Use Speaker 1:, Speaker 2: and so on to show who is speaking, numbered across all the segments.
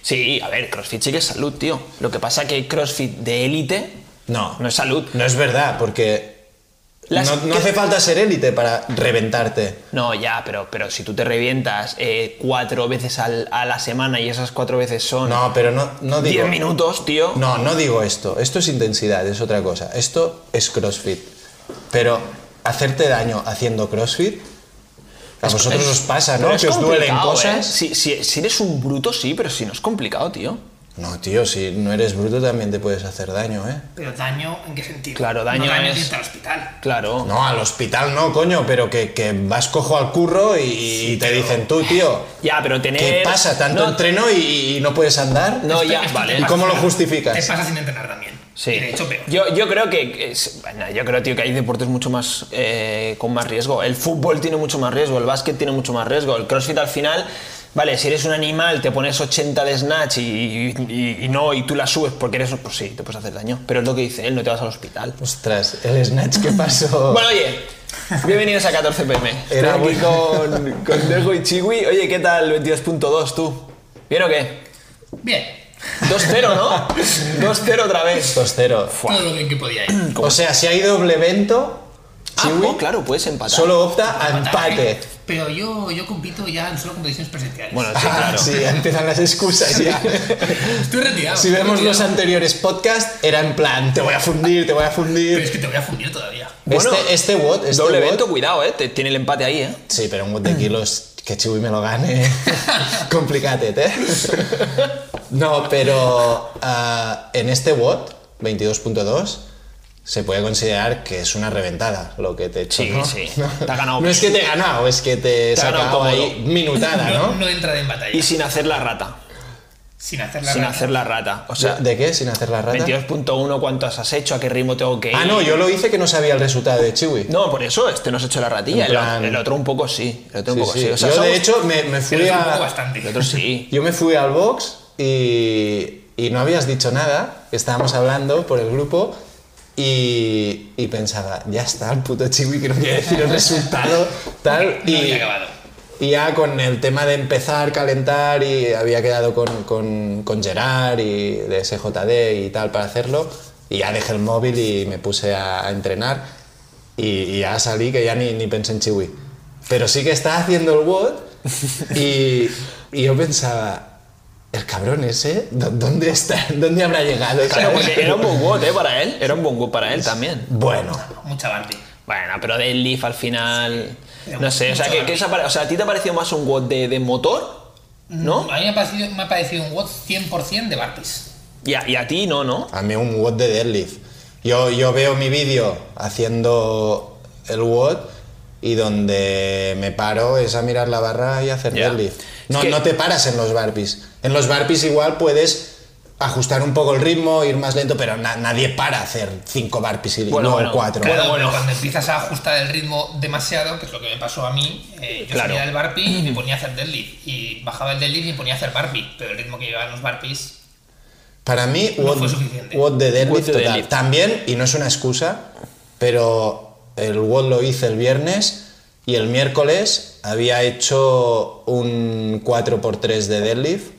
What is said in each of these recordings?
Speaker 1: Sí, a ver, CrossFit sí que es salud, tío. Lo que pasa que CrossFit de élite
Speaker 2: No,
Speaker 1: no es salud.
Speaker 2: no es verdad, porque
Speaker 1: Las-
Speaker 2: no, no
Speaker 1: que-
Speaker 2: hace falta ser élite para reventarte.
Speaker 1: No, ya, pero, pero si tú te revientas eh, cuatro veces al- a la semana y esas cuatro veces son
Speaker 2: No, pero no, no digo...
Speaker 1: 10 minutos, tío.
Speaker 2: No, no digo esto. Esto es intensidad, es otra cosa. Esto es CrossFit. Pero hacerte daño haciendo CrossFit, a vosotros
Speaker 1: Es-
Speaker 2: os pasa,
Speaker 1: pero
Speaker 2: ¿no?
Speaker 1: es
Speaker 2: Que os duelen
Speaker 1: complicado,
Speaker 2: cosas.
Speaker 1: ¿eh? Si, si- si eres un bruto, sí, pero si no es complicado, tío.
Speaker 2: No, tío, si no eres bruto también te puedes hacer daño, ¿eh?
Speaker 3: Pero daño, ¿en qué sentido?
Speaker 1: Claro, daño
Speaker 3: no daño
Speaker 1: es-
Speaker 3: de irte al hospital.
Speaker 1: Claro.
Speaker 2: No, al hospital no, coño, pero que, que vas cojo al curro y, y te dicen tú, tío,
Speaker 1: Ya, pero tener.
Speaker 2: ¿qué pasa? ¿Tanto
Speaker 1: No,
Speaker 2: entreno y, y no puedes andar?
Speaker 1: no, ya,
Speaker 3: Esto
Speaker 1: vale.
Speaker 3: te
Speaker 2: ¿Y
Speaker 3: pasa-
Speaker 2: cómo lo
Speaker 3: Te
Speaker 2: justificas?
Speaker 3: pasa sin entrenar también.
Speaker 1: Sí.
Speaker 3: Y de hecho, peor.
Speaker 1: Yo, yo creo que- que. es- bueno, yo creo, tío, que hay deportes mucho más. eh, con más riesgo. El fútbol tiene mucho más riesgo, el básquet tiene mucho más riesgo. El crossfit al final. Vale, si eres un animal, te pones 80 de snatch y, y- y- y no, y tú la subes porque eres. Pues sí, te puedes hacer daño. Pero es lo que dice él, no te vas al hospital.
Speaker 2: Ostras, el snatch, ¿qué pasó?
Speaker 1: Bueno, oye, bienvenidos a 14 PM. Estoy
Speaker 2: Era
Speaker 1: aquí
Speaker 2: bueno.
Speaker 1: con, con Dejo y Chiwi. Oye, ¿qué tal 22.2 tú? ¿Bien o qué?
Speaker 3: Bien.
Speaker 1: 2-0, ¿no? 2-0 otra vez.
Speaker 2: Dos cero.
Speaker 3: Todo lo bien que podía ir.
Speaker 2: O sea, si hay doble evento,
Speaker 1: Ah,
Speaker 2: Chiwi
Speaker 1: no, claro, puedes empatar.
Speaker 2: solo opta a empate.
Speaker 3: Pero yo, yo compito ya en solo competiciones presenciales.
Speaker 1: Bueno, sí,
Speaker 2: Ah,
Speaker 1: claro.
Speaker 2: sí, ya empiezan las excusas ya.
Speaker 3: estoy retirado.
Speaker 2: Si
Speaker 3: estoy
Speaker 2: vemos los
Speaker 3: retirado.
Speaker 2: anteriores podcasts, era en plan, te voy a fundir, te voy a
Speaker 3: Pero es
Speaker 2: fundir.
Speaker 3: que te voy a fundir todavía.
Speaker 1: Bueno,
Speaker 2: este, este WOT, este
Speaker 1: Doble
Speaker 2: WOT-
Speaker 1: evento, cuidado, ¿eh? Te- tiene el empate ahí, ¿eh?
Speaker 2: Sí, pero un WOT de kilos, que Chiwi me lo gane. Complicate, ¿eh? No, pero ah, en este WOT, 22.2, se puede considerar que es una reventada lo que te he hecho,
Speaker 1: Sí,
Speaker 2: ¿no?
Speaker 1: sí. Te ha ganado.
Speaker 2: No es que te he ganado, es que te he
Speaker 1: Te ha ganado
Speaker 2: sacado
Speaker 1: cómodo.
Speaker 2: ahí minutada, ¿no?
Speaker 3: No, no entra en batalla.
Speaker 1: Y sin hacer la rata.
Speaker 3: Sin hacer la
Speaker 1: Sin
Speaker 3: rata.
Speaker 1: hacer la rata. O sea,
Speaker 2: ¿De de qué? ¿Sin hacer la rata?
Speaker 1: 22.1, ¿cuántas has hecho? ¿A qué ritmo tengo que ir?
Speaker 2: Ah, no, yo lo hice que no sabía el resultado de Chiwi.
Speaker 1: No, por eso, este no has hecho la ratilla.
Speaker 2: En
Speaker 1: El, o-
Speaker 2: plan-
Speaker 1: el otro un poco sí. El otro
Speaker 2: Sí,
Speaker 1: un poco sí.
Speaker 2: sí.
Speaker 1: O sea,
Speaker 2: yo de
Speaker 1: somos-
Speaker 2: hecho me, me
Speaker 3: Pero
Speaker 2: fui
Speaker 3: es un poco
Speaker 2: a,
Speaker 3: bastante.
Speaker 1: El otro sí.
Speaker 2: yo me fui al box y, y no habías dicho nada, estábamos hablando por el grupo y, y pensaba, ya está, el puto Chiwi que no quiere decir el resultado, tal,
Speaker 3: No
Speaker 2: y,
Speaker 3: había acabado.
Speaker 2: y ya con el tema de empezar, calentar y había quedado con, con, con Gerard y de SJD y tal para hacerlo y ya dejé el móvil y me puse a, a entrenar y, y ya salí que ya ni, ni pensé en Chiwi. Pero sí que estaba haciendo el WOD y, y yo pensaba, el cabrón ese, ¿dó- ¿dónde está? ¿Dónde habrá llegado?
Speaker 1: Claro,
Speaker 2: ¿Sabes?
Speaker 1: porque era un buen WOT, ¿eh? Para él. Era un buen WOT para él también.
Speaker 2: Bueno,
Speaker 3: Mucha Barbie.
Speaker 1: Bueno, pero de Leaf al final. No sé, o sea,
Speaker 3: Mucho
Speaker 1: que, que esa pare- o sea, ¿a ti te ha parecido más un WOT de, de motor? ¿No?
Speaker 3: A mí me ha parecido, me ha parecido un WOT 100% de Barbies.
Speaker 1: Y a, y a ti no, ¿no?
Speaker 2: a mí un WOD de deadlift. Yo, yo veo mi vídeo haciendo el WOD y donde me paro es a mirar la barra y hacer
Speaker 1: Ya.
Speaker 2: deadlift.
Speaker 1: Es
Speaker 2: No,
Speaker 1: que-
Speaker 2: no te paras en los barpees. En los barpees igual puedes ajustar un poco el ritmo, ir más lento, pero na- nadie para a hacer cinco barpees y
Speaker 1: Bueno,
Speaker 2: luego
Speaker 1: bueno,
Speaker 2: cuatro.
Speaker 1: Bueno,
Speaker 3: Claro,
Speaker 1: bueno.
Speaker 3: pero cuando empiezas a ajustar el ritmo demasiado, que es lo que me pasó a mí, eh, yo
Speaker 1: Claro.
Speaker 3: salía del Barbie y me ponía a hacer deadlift. Y bajaba el deadlift y me ponía a hacer Barbie. Pero el ritmo que llevaban los Barbies
Speaker 2: Para mí,
Speaker 3: No
Speaker 2: WOD
Speaker 3: fue suficiente.
Speaker 2: WOD de
Speaker 1: WOD
Speaker 2: deadlift
Speaker 1: de
Speaker 2: total.
Speaker 1: deadlift.
Speaker 2: También, y no es una excusa, pero el WOD lo hice el viernes y el miércoles había hecho un 4x3 de deadlift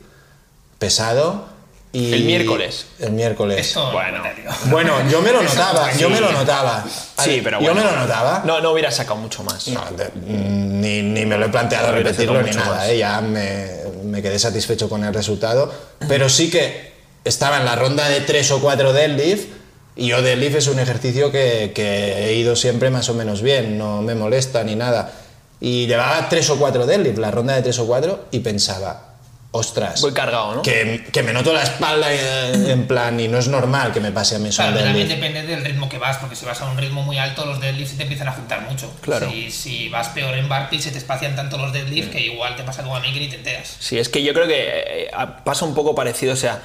Speaker 2: pesado. Y
Speaker 1: El miércoles.
Speaker 2: El miércoles.
Speaker 3: Esto
Speaker 1: Bueno.
Speaker 3: no me da, tío.
Speaker 2: Bueno, yo me lo notaba, yo me lo notaba.
Speaker 1: Sí, pero
Speaker 2: Yo
Speaker 1: bueno.
Speaker 2: me lo notaba.
Speaker 1: No, no hubiera sacado mucho más.
Speaker 2: No, de- ni, ni me lo he planteado
Speaker 1: Pero hubiera sido
Speaker 2: repetirlo ni
Speaker 1: mucho más.
Speaker 2: nada, eh, ya me, me quedé satisfecho con el resultado, pero sí que estaba en la ronda de 3 o 4 deadlift y yo deadlift es un ejercicio que, que he ido siempre más o menos bien, no me molesta ni nada. Y llevaba 3 o 4 deadlift, la ronda de 3 o 4 y pensaba, ostras,
Speaker 1: Voy cargado, ¿no?
Speaker 2: que, que me noto la espalda eh, en plan y no es normal que me pase a mí solo
Speaker 3: Claro, pero también
Speaker 2: deadlift.
Speaker 3: depende del ritmo que vas, porque si vas a un ritmo muy alto, los deadlifts se te empiezan a juntar mucho.
Speaker 1: Claro.
Speaker 3: Si, si vas peor en barpees, se te espacian tanto los deadlifts que igual te pasa como a mí que ni te enteras.
Speaker 1: Sí, es que yo creo que eh, pasa un poco parecido, o sea,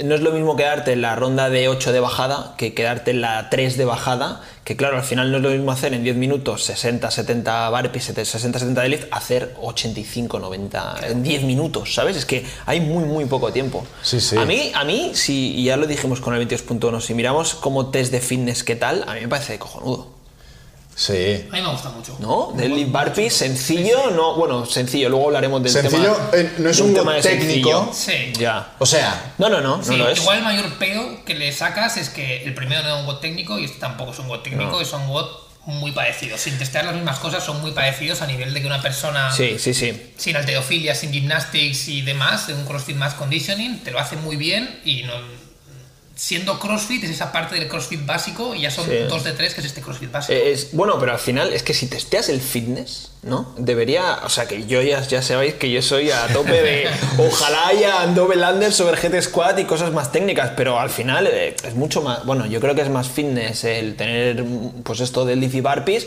Speaker 1: no es lo mismo quedarte en la ronda de 8 de bajada que quedarte en la 3 de bajada, que claro, al final no es lo mismo hacer en 10 minutos 60, 70 barpees, 60, 70 deadlift, hacer 85, 90 en 10 minutos, ¿sabes? Es que hay muy, muy poco tiempo.
Speaker 2: Sí, sí.
Speaker 1: A mí, a mí si y ya lo dijimos con el 22.1, si miramos como test de fitness qué tal, a mí me parece cojonudo.
Speaker 2: Sí.
Speaker 3: A mí me gusta mucho.
Speaker 1: ¿No? Deadlift Barpi, sencillo, no. Bueno, sencillo, luego hablaremos del
Speaker 2: Sencillo,
Speaker 1: tema.
Speaker 2: eh, no es
Speaker 1: de
Speaker 2: un
Speaker 1: tema de
Speaker 2: técnico.
Speaker 1: sencillo.
Speaker 3: Sí.
Speaker 1: Ya.
Speaker 2: O sea,
Speaker 1: No, no, no,
Speaker 3: Sí,
Speaker 1: no lo es.
Speaker 3: igual el mayor peo que le sacas es que el primero no es un bot técnico y este tampoco es un bot técnico, y son bot muy parecidos. Sin testear las mismas cosas, son muy parecidos a nivel de que una persona
Speaker 1: Sí, sí, sí.
Speaker 3: sin alterofilia, sin gymnastics y demás, en un CrossFit más conditioning, te lo hace muy bien y no... Siendo CrossFit es esa parte del CrossFit básico y ya son
Speaker 1: Sí.
Speaker 3: dos de tres que es este CrossFit básico.
Speaker 1: Eh, Es, bueno, pero al final es que si testeas el fitness, ¿no? Debería, o sea, que yo ya, ya sabéis que yo soy a tope de ojalá ya double under sobre GT squat y cosas más técnicas, pero al final eh, es mucho más, bueno, yo creo que es más fitness el tener mm, pues esto del y barpees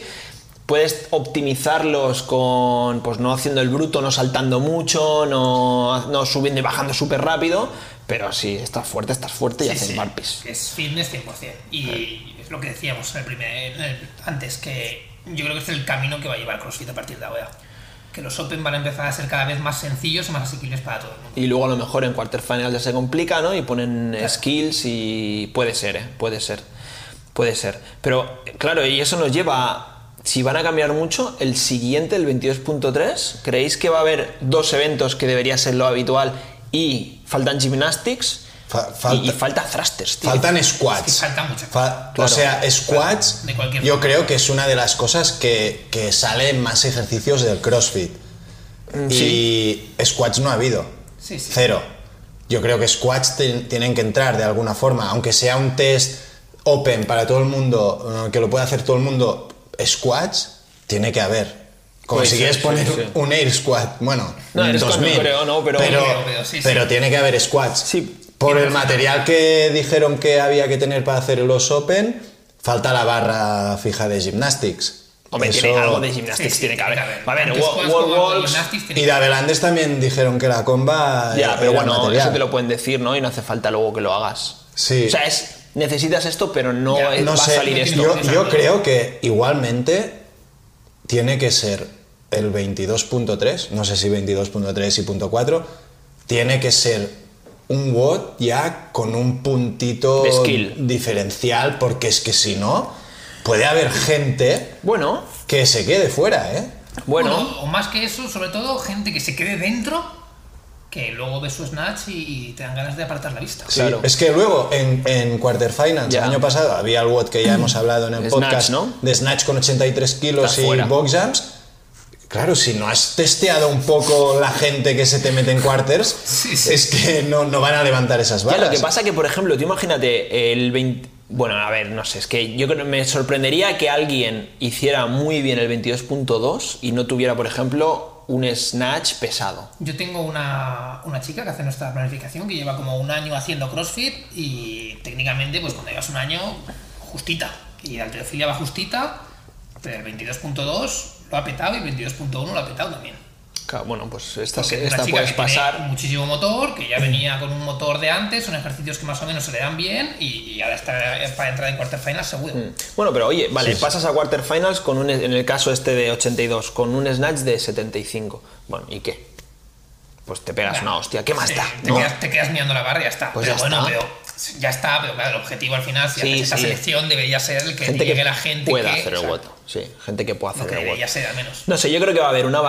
Speaker 1: puedes optimizarlos con pues no haciendo el bruto, no saltando mucho, no, no subiendo y bajando súper rápido, pero si estás fuerte, estás fuerte y
Speaker 3: Sí,
Speaker 1: haces
Speaker 3: sí,
Speaker 1: barpees.
Speaker 3: Es fitness 100%. Y es lo que decíamos en el primer, en el- antes, que yo creo que es el camino que va a llevar CrossFit a partir de ahora. Que los Open van a empezar a ser cada vez más sencillos y más asequibles para todo el mundo.
Speaker 1: Y luego a lo mejor en quarterfinal ya se complica, ¿no? Y ponen skills y puede ser, ¿eh? Puede ser. Puede ser. Pero claro, y eso nos lleva a, si van a cambiar mucho, el siguiente, el 22.3, ¿creéis que va a haber dos eventos que debería ser lo habitual y faltan gymnastics
Speaker 2: fa-
Speaker 1: y, y
Speaker 2: falta-
Speaker 1: falta thrusters, tío?
Speaker 2: faltan squats.
Speaker 3: Este, Es que faltan muchas
Speaker 2: Fa-
Speaker 1: Claro.
Speaker 2: O sea, squats,
Speaker 3: De cualquier
Speaker 2: yo
Speaker 3: forma.
Speaker 2: creo que es una de las cosas que, que sale en más ejercicios del CrossFit. Eh, Y squats no ha habido.
Speaker 3: Sí, sí.
Speaker 2: Cero. Yo creo que squats te- tienen que entrar de alguna forma, aunque sea un test open para todo el mundo, eh, que lo pueda hacer todo el mundo, squats tiene que haber. Como
Speaker 1: Puede
Speaker 2: si
Speaker 1: ser,
Speaker 2: quieres
Speaker 1: sí,
Speaker 2: poner
Speaker 1: sí.
Speaker 2: un air squat, bueno,
Speaker 1: No, air squat no
Speaker 2: 2000,
Speaker 1: creo, no, pero-
Speaker 2: pero,
Speaker 3: Creo, pero sí, sí.
Speaker 2: pero tiene que haber squats.
Speaker 1: Sí.
Speaker 2: Por el material que dijeron que había que tener para hacer los Open, falta la barra fija de gymnastics.
Speaker 1: Hombre, tiene
Speaker 2: Eso-
Speaker 1: algo de
Speaker 3: Sí,
Speaker 1: gymnastics,
Speaker 3: sí,
Speaker 1: tiene que haber. Va a haber
Speaker 3: Tanto
Speaker 1: wall,
Speaker 3: squats como
Speaker 1: wall walks.
Speaker 3: gymnastics tiene
Speaker 2: Y de Avelandes también dijeron que la comba
Speaker 1: Ya,
Speaker 2: eh, era
Speaker 1: pero bueno,
Speaker 2: material.
Speaker 1: eso te lo pueden decir, ¿no? Y no hace falta luego que lo hagas.
Speaker 2: Sí.
Speaker 1: O sea, es necesitas esto, pero no,
Speaker 3: Ya,
Speaker 1: es-
Speaker 2: no
Speaker 1: va
Speaker 2: sé,
Speaker 1: a salir esto.
Speaker 2: yo,
Speaker 3: esto.
Speaker 2: yo creo que igualmente tiene que ser el 22.3, no sé si 22.3 y punto 4, tiene que ser un WOD ya con un puntito
Speaker 1: De skill.
Speaker 2: diferencial, porque es que si no, puede haber gente
Speaker 1: Bueno,
Speaker 2: que se quede fuera, ¿eh?
Speaker 1: bueno,
Speaker 3: o más que eso, sobre todo, gente que se quede dentro, que luego ve su snatch y, y te dan ganas de apartar la vista.
Speaker 2: Sí,
Speaker 1: Claro.
Speaker 2: Es que luego en, en quarterfinals,
Speaker 1: Ya.
Speaker 2: el año pasado, había el WOD que ya hemos hablado en el
Speaker 1: Snatch,
Speaker 2: podcast
Speaker 1: ¿no?
Speaker 2: de Snatch con 83 kilos
Speaker 1: Está
Speaker 2: y
Speaker 1: fuera.
Speaker 2: box jumps. Claro, si no has testeado un poco la gente que se te mete en quarters,
Speaker 3: Sí, sí.
Speaker 2: es que no, no van a levantar esas
Speaker 1: ya
Speaker 2: barras.
Speaker 1: lo que pasa que, por ejemplo, tú imagínate el 20... Bueno, a ver, no sé, es que yo creo- me sorprendería que alguien hiciera muy bien el 22.2 y no tuviera, por ejemplo, un snatch pesado.
Speaker 3: Yo tengo una, una chica que hace nuestra planificación que lleva como un año haciendo CrossFit y técnicamente pues cuando llevas un año justita y la alterofilia va justita pero el 22.2 lo ha petado y el 22.1 lo ha petado también.
Speaker 1: Claro, bueno, pues esta,
Speaker 3: Porque es una
Speaker 1: esta
Speaker 3: chica
Speaker 1: puedes
Speaker 3: que tiene
Speaker 1: pasar. Mm.
Speaker 3: muchísimo motor, que ya venía con un motor de antes, son ejercicios que más o menos se le dan bien y, y ahora está eh, para entrar en quarterfinal seguro.
Speaker 1: Bueno, pero oye, vale, pasas a quarterfinals con un, en el caso este de 82, con un snatch de 75. Bueno, ¿y qué? Pues te pegas una hostia, ¿qué más
Speaker 3: Sí,
Speaker 1: da?
Speaker 3: Te,
Speaker 1: No.
Speaker 3: quedas, te quedas mirando la barra y ya está.
Speaker 1: Pues
Speaker 3: pero
Speaker 1: ya
Speaker 3: bueno,
Speaker 1: está.
Speaker 3: pero ya está, pero claro, el objetivo al final, si
Speaker 1: Sí,
Speaker 3: haces esta
Speaker 1: sí.
Speaker 3: selección, debería ser el que
Speaker 1: Gente
Speaker 3: llegue
Speaker 1: que
Speaker 3: la gente
Speaker 1: pueda
Speaker 3: que,
Speaker 1: hacer el
Speaker 3: o sea,
Speaker 1: voto. Sí, gente que pueda
Speaker 3: Lo
Speaker 1: hacer
Speaker 3: que
Speaker 1: el
Speaker 3: debería
Speaker 1: voto.
Speaker 3: ser al menos.
Speaker 1: No sé, yo creo que va a haber una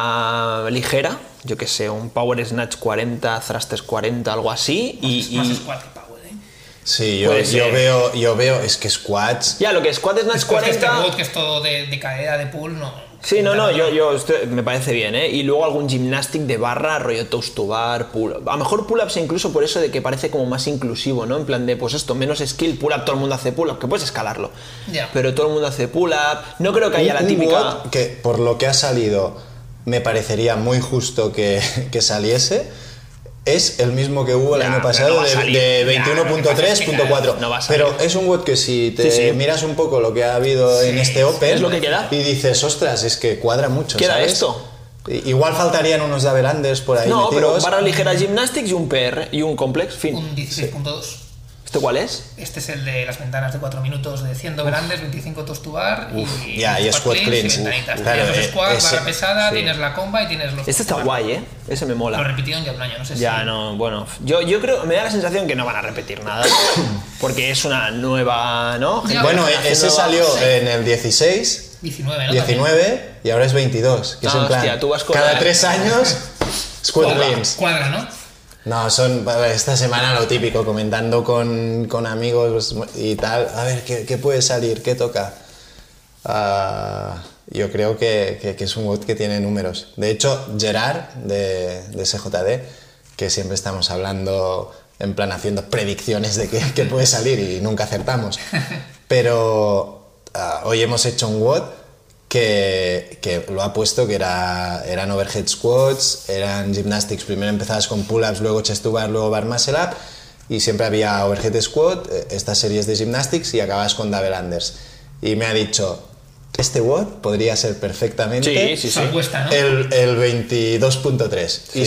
Speaker 1: barra ligera, yo que sé, un Power Snatch 40, Thrusters 40, algo así.
Speaker 3: es
Speaker 1: Y,
Speaker 3: más
Speaker 1: y-
Speaker 3: squat que power, ¿eh?
Speaker 2: Sí, yo,
Speaker 1: Puede
Speaker 2: yo
Speaker 1: ser.
Speaker 2: veo, yo veo, es que squats.
Speaker 1: ya, lo que Squad Snatch
Speaker 3: Después de este
Speaker 1: 40.
Speaker 3: bot que es todo de, de caída de pool, no.
Speaker 1: Sí, no, no, yo, yo estoy- me parece bien, ¿eh? Y luego algún gymnastic de barra, rollo toast to bar, pull A lo mejor pull-ups incluso por eso de que parece como más inclusivo, ¿no? En plan de, pues esto, menos skill, pull-up, todo el mundo hace pull-up, que puedes escalarlo.
Speaker 3: Ya.
Speaker 1: Pero todo el mundo hace pull-up. No creo que haya
Speaker 2: Un-
Speaker 1: la
Speaker 2: un
Speaker 1: típica...
Speaker 2: WOD que por lo que ha salido me parecería muy justo que, que saliese. Es el mismo que hubo el
Speaker 1: Ya,
Speaker 2: año
Speaker 1: pero no
Speaker 2: pasado
Speaker 1: va a
Speaker 2: de,
Speaker 1: salir.
Speaker 2: de
Speaker 3: Ya, lo que pasa es que
Speaker 2: 21.3.4.
Speaker 1: no va a salir.
Speaker 2: pero es un WOD que si te
Speaker 1: Sí, sí.
Speaker 2: miras un poco lo que ha habido en
Speaker 3: Sí,
Speaker 2: este Open
Speaker 1: es lo que queda.
Speaker 2: y dices, ostras, es que cuadra mucho.
Speaker 1: Queda
Speaker 2: ¿sabes?
Speaker 1: esto.
Speaker 2: I- Igual faltarían unos de Avelanders por ahí.
Speaker 1: No, pero
Speaker 2: metidos.
Speaker 1: barra ligera gymnastics y un PR y un complex, fin.
Speaker 3: Un 16.2.
Speaker 1: ¿Esto cuál es?
Speaker 3: Este es el de las ventanas de 4 minutos de 100 grandes, 25 tostubar y,
Speaker 2: ya, y squat cleans,
Speaker 3: y
Speaker 2: uf,
Speaker 3: ventanitas.
Speaker 2: claro,
Speaker 3: tienes los
Speaker 2: eh,
Speaker 3: squats,
Speaker 2: ese-
Speaker 3: barra pesada,
Speaker 1: sí.
Speaker 3: tienes la comba y tienes los.
Speaker 1: Este está
Speaker 3: toast to bar.
Speaker 1: guay, ¿eh? Ese me
Speaker 3: Lo
Speaker 1: mola.
Speaker 3: repitieron ya un año, no sé si.
Speaker 1: Ya, no, bueno. Yo, yo creo, me da la sensación que no van a repetir nada. Porque es una nueva, ¿no? Gente
Speaker 3: Ya,
Speaker 1: que
Speaker 2: Bueno,
Speaker 1: está
Speaker 2: ese
Speaker 1: haciendo-
Speaker 2: salió
Speaker 3: sí.
Speaker 2: en el 16
Speaker 3: 19, ¿no?
Speaker 2: 19 y ahora es 22. Que es
Speaker 1: Ah,
Speaker 2: en plan,
Speaker 1: hostia, tú vas con
Speaker 2: cada
Speaker 1: la-
Speaker 2: tres años, Squid
Speaker 3: También.
Speaker 2: Games.
Speaker 3: Cuadra, ¿no?
Speaker 2: No, son a ver, esta semana lo típico, comentando con, con amigos y tal. A ver, ¿qué, qué puede salir? ¿Qué toca? Ah, yo creo que, que- que es un bot que tiene números. De hecho, Gerard de, de CJD, que siempre estamos hablando en plan haciendo predicciones de qué, qué puede salir y nunca acertamos. Pero ah, hoy hemos hecho un WOD que, que lo ha puesto, que era, eran overhead squats, eran gymnastics, primero empezabas con pull-ups, luego chest to bar, luego bar muscle up, y siempre había overhead squat, eh, estas series de gymnastics, y acabas con double unders. Y me ha dicho, este WOD podría ser perfectamente
Speaker 1: Sí, sí.
Speaker 3: Apuesta, ¿no?
Speaker 2: el, el 22.3. Y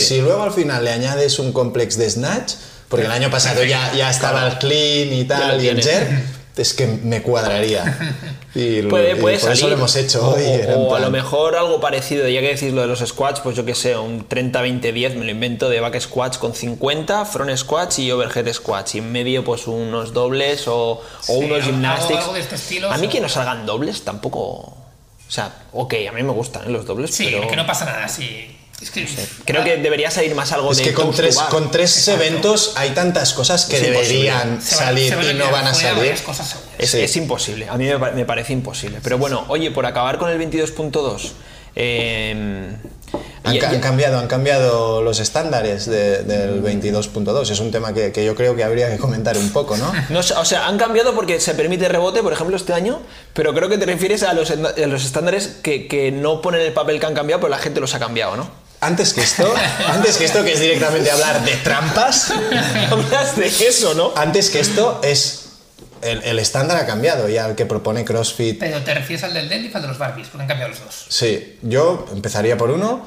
Speaker 1: Sí.
Speaker 2: si luego al final le añades un complex de snatch, porque el año pasado ya, ya estaba el clean y
Speaker 1: Ya
Speaker 2: tal,
Speaker 1: lo
Speaker 2: y el
Speaker 1: tienes.
Speaker 2: jerk, es que me cuadraría. Y, lo-
Speaker 1: Puede,
Speaker 2: Eh, y
Speaker 1: puede
Speaker 2: por
Speaker 1: salir.
Speaker 2: eso lo hemos hecho
Speaker 1: O-
Speaker 2: hoy.
Speaker 1: o-
Speaker 2: era en
Speaker 1: O, a
Speaker 2: plan-
Speaker 1: lo mejor algo parecido, ya que decís lo de los squats, pues yo que sé, un 30-20-10, me lo invento, de back squats con 50, front squats y overhead squats. Y en medio, pues unos dobles o, o unos
Speaker 3: algo-
Speaker 1: gymnastics.
Speaker 3: algo de este estilo,
Speaker 1: a mí
Speaker 3: o-
Speaker 1: que no salgan dobles tampoco. O sea, ok, a mí me gustan ¿eh? los dobles,
Speaker 3: Sí,
Speaker 1: pero
Speaker 3: que no pasa nada, sí. Es que,
Speaker 1: creo que debería salir más algo
Speaker 2: Es
Speaker 1: de
Speaker 2: que con
Speaker 1: toes to
Speaker 2: tres,
Speaker 1: bar.
Speaker 2: con tres eventos hay tantas cosas que
Speaker 1: Es imposible.
Speaker 2: deberían
Speaker 3: se van- se
Speaker 2: salir
Speaker 3: van
Speaker 2: y no
Speaker 3: quedar
Speaker 2: van a
Speaker 3: fuera
Speaker 2: salir.
Speaker 3: varias cosas seguro.
Speaker 1: Es,
Speaker 2: Sí.
Speaker 1: es imposible, a mí me, pa- me parece imposible. Pero bueno, oye, por acabar con el 22.2, eh,
Speaker 2: Han,
Speaker 1: ya-
Speaker 2: ca- han
Speaker 1: ya-
Speaker 2: cambiado, han cambiado los estándares de- del 22.2. Es un tema que, que yo creo que habría que comentar un poco, ¿no?
Speaker 1: No sé, o sea, han cambiado porque se permite rebote, por ejemplo, este año, pero creo que te refieres a los, a los estándares que, que no ponen el papel que han cambiado, pero la gente los ha cambiado, ¿no?
Speaker 2: Antes que esto, antes que esto, que es directamente hablar de trampas,
Speaker 1: Hablas de eso, ¿no?
Speaker 2: antes que esto es. El, el estándar ha cambiado ya el que propone CrossFit.
Speaker 3: Pero te refieres al del deadlift o al de los barbies, porque han cambiado los dos.
Speaker 2: Sí, yo empezaría por uno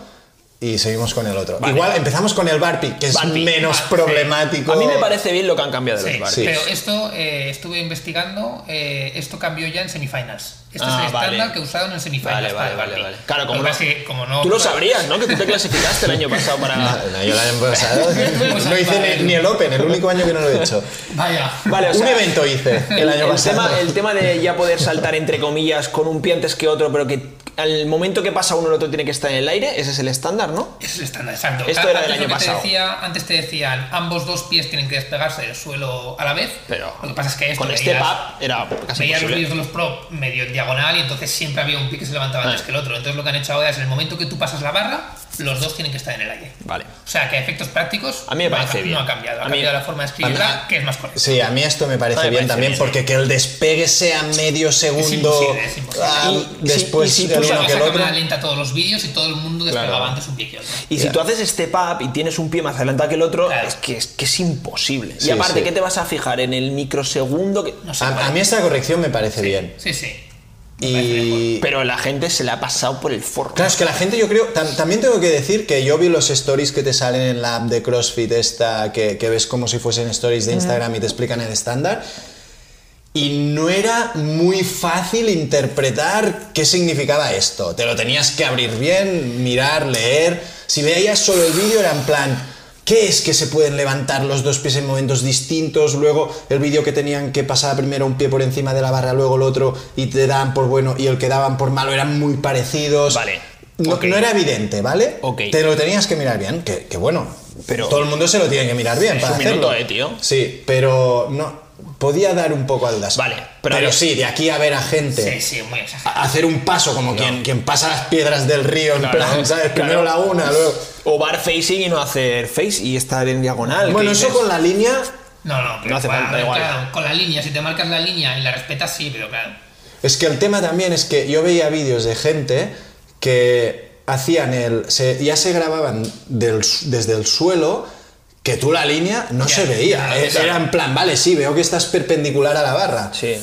Speaker 2: y seguimos con el otro.
Speaker 1: Vale.
Speaker 2: Igual empezamos con el barpi, que es
Speaker 1: Burpee,
Speaker 2: menos
Speaker 3: va, sí.
Speaker 2: problemático.
Speaker 1: A mí me parece bien lo que han cambiado de
Speaker 3: Sí,
Speaker 1: los bares.
Speaker 2: Sí.
Speaker 3: pero esto eh, estuve investigando, eh, esto cambió ya en semifinals. Este
Speaker 1: Ah,
Speaker 3: es el
Speaker 1: vale.
Speaker 3: estándar que usaron en semifinals.
Speaker 1: Vale,
Speaker 3: para
Speaker 1: vale,
Speaker 3: el
Speaker 1: vale,
Speaker 3: Barbie.
Speaker 1: vale. Claro, como
Speaker 3: Lo que
Speaker 1: no-
Speaker 3: pasa es que como no.
Speaker 1: Tú lo sabrías, ¿no? Que tú te clasificaste el año pasado para...
Speaker 2: Ah, No, yo la he pasado.
Speaker 3: Pues
Speaker 2: No
Speaker 3: ahí va
Speaker 2: hice
Speaker 3: el-
Speaker 2: ni, ni el Open, el único año que no lo he hecho.
Speaker 3: Vaya.
Speaker 1: Vale, o sea,
Speaker 2: Un evento hice el año pasado.
Speaker 1: Tema, el tema de ya poder saltar entre comillas con un pie antes que otro, pero que al momento que pasa uno el otro tiene que estar en el aire, ese es el estándar, ¿no?
Speaker 3: Ese es el estándar, exacto.
Speaker 1: Esto era del
Speaker 3: Antes
Speaker 1: año
Speaker 3: lo que te
Speaker 1: pasado.
Speaker 3: decía- antes te decían, ambos dos pies tienen que despegarse del suelo a la vez.
Speaker 1: Pero
Speaker 3: lo que pasa es que esto
Speaker 1: con este
Speaker 3: veías-
Speaker 1: pub era casi
Speaker 3: Veía los
Speaker 1: imposible.
Speaker 3: vídeos de los pro medio en diagonal y entonces siempre había un pie que se levantaba antes
Speaker 1: Ah.
Speaker 3: que el otro. Entonces lo que han hecho ahora es el momento que tú pasas la barra, los dos tienen que estar en el aire.
Speaker 1: Vale.
Speaker 3: O sea que a efectos prácticos
Speaker 1: A mí me
Speaker 3: no, ha,
Speaker 1: parece
Speaker 3: ca-
Speaker 1: bien.
Speaker 3: no ha cambiado.
Speaker 1: A
Speaker 3: Ha
Speaker 1: mí-
Speaker 3: cambiado la forma de escribirla,
Speaker 2: a-
Speaker 3: que es más correcta.
Speaker 2: Sí, a mí esto me parece
Speaker 1: Ah, me
Speaker 2: bien
Speaker 1: parece
Speaker 2: también,
Speaker 1: bien.
Speaker 2: porque que el despegue sea medio segundo
Speaker 3: imposible, es imposible.
Speaker 2: ah,
Speaker 1: Y-
Speaker 2: después
Speaker 1: sí, y si
Speaker 2: del
Speaker 1: tú
Speaker 2: uno
Speaker 1: sacas
Speaker 2: que el
Speaker 3: la
Speaker 2: otro.
Speaker 3: cámara lenta todos los vídeos y todo el mundo despegaba antes un pie que otro.
Speaker 1: Y si
Speaker 2: Ya.
Speaker 1: tú haces step up y tienes un pie más adelantado que el otro,
Speaker 3: Claro.
Speaker 1: es, que, es que es imposible.
Speaker 2: Sí,
Speaker 1: y aparte,
Speaker 2: sí.
Speaker 1: ¿qué te vas a fijar? En el microsegundo que.
Speaker 3: No sé.
Speaker 2: A, a mí esta corrección me parece bien.
Speaker 3: Sí, sí. Me parece mejor.
Speaker 2: Y
Speaker 1: Pero la gente se la ha pasado por el forro.
Speaker 2: claro, es que la gente yo creo, tam- también tengo que decir que yo vi los stories que te salen en la app de CrossFit esta, que, que ves como si fuesen stories de Instagram y te explican el estándar. Y no era muy fácil interpretar qué significaba esto. Te lo tenías que abrir bien, mirar, leer. Si veías solo el vídeo era en plan, ¿qué es que se pueden levantar los dos pies en momentos distintos? Luego el vídeo que tenían que pasar primero un pie por encima de la barra, luego el otro y te daban por bueno y el que daban por malo eran muy parecidos.
Speaker 1: Vale,
Speaker 2: No,
Speaker 1: ok.
Speaker 2: no era evidente, ¿vale?
Speaker 1: Ok.
Speaker 2: Te lo tenías que mirar bien, que, que bueno.
Speaker 1: Pero-
Speaker 2: todo el mundo se lo tiene que mirar bien
Speaker 1: Es
Speaker 2: para
Speaker 1: un
Speaker 2: hacerlo.
Speaker 1: minuto, eh, tío.
Speaker 2: Sí, pero no. Podía dar un poco al das.
Speaker 1: Vale, pero
Speaker 2: pero,
Speaker 1: había-
Speaker 2: sí, de aquí a ver a gente
Speaker 3: Sí, sí, muy exagerado.
Speaker 2: a- hacer un paso como quien, quien pasa las piedras del río, en
Speaker 1: Claro,
Speaker 2: plan, ¿sabes?
Speaker 1: claro.
Speaker 2: Primero la una, luego.
Speaker 1: O bar facing y no hacer face y estar en diagonal.
Speaker 2: Bueno,
Speaker 1: que
Speaker 2: eso
Speaker 1: dices,
Speaker 2: con la línea.
Speaker 3: No, no, pero
Speaker 1: No hace
Speaker 3: igual,
Speaker 1: falta, igual.
Speaker 3: claro, con la línea, si te marcas la línea y la respetas, sí, pero claro.
Speaker 2: Es que el tema también es que yo veía vídeos de gente que hacían el. se- ya se grababan del su- desde el suelo. Que tú la línea no
Speaker 3: Ya,
Speaker 2: se veía.
Speaker 3: ya,
Speaker 2: eh,
Speaker 3: claro.
Speaker 2: Era en plan, vale, sí, veo que estás perpendicular a la barra.
Speaker 1: Sí.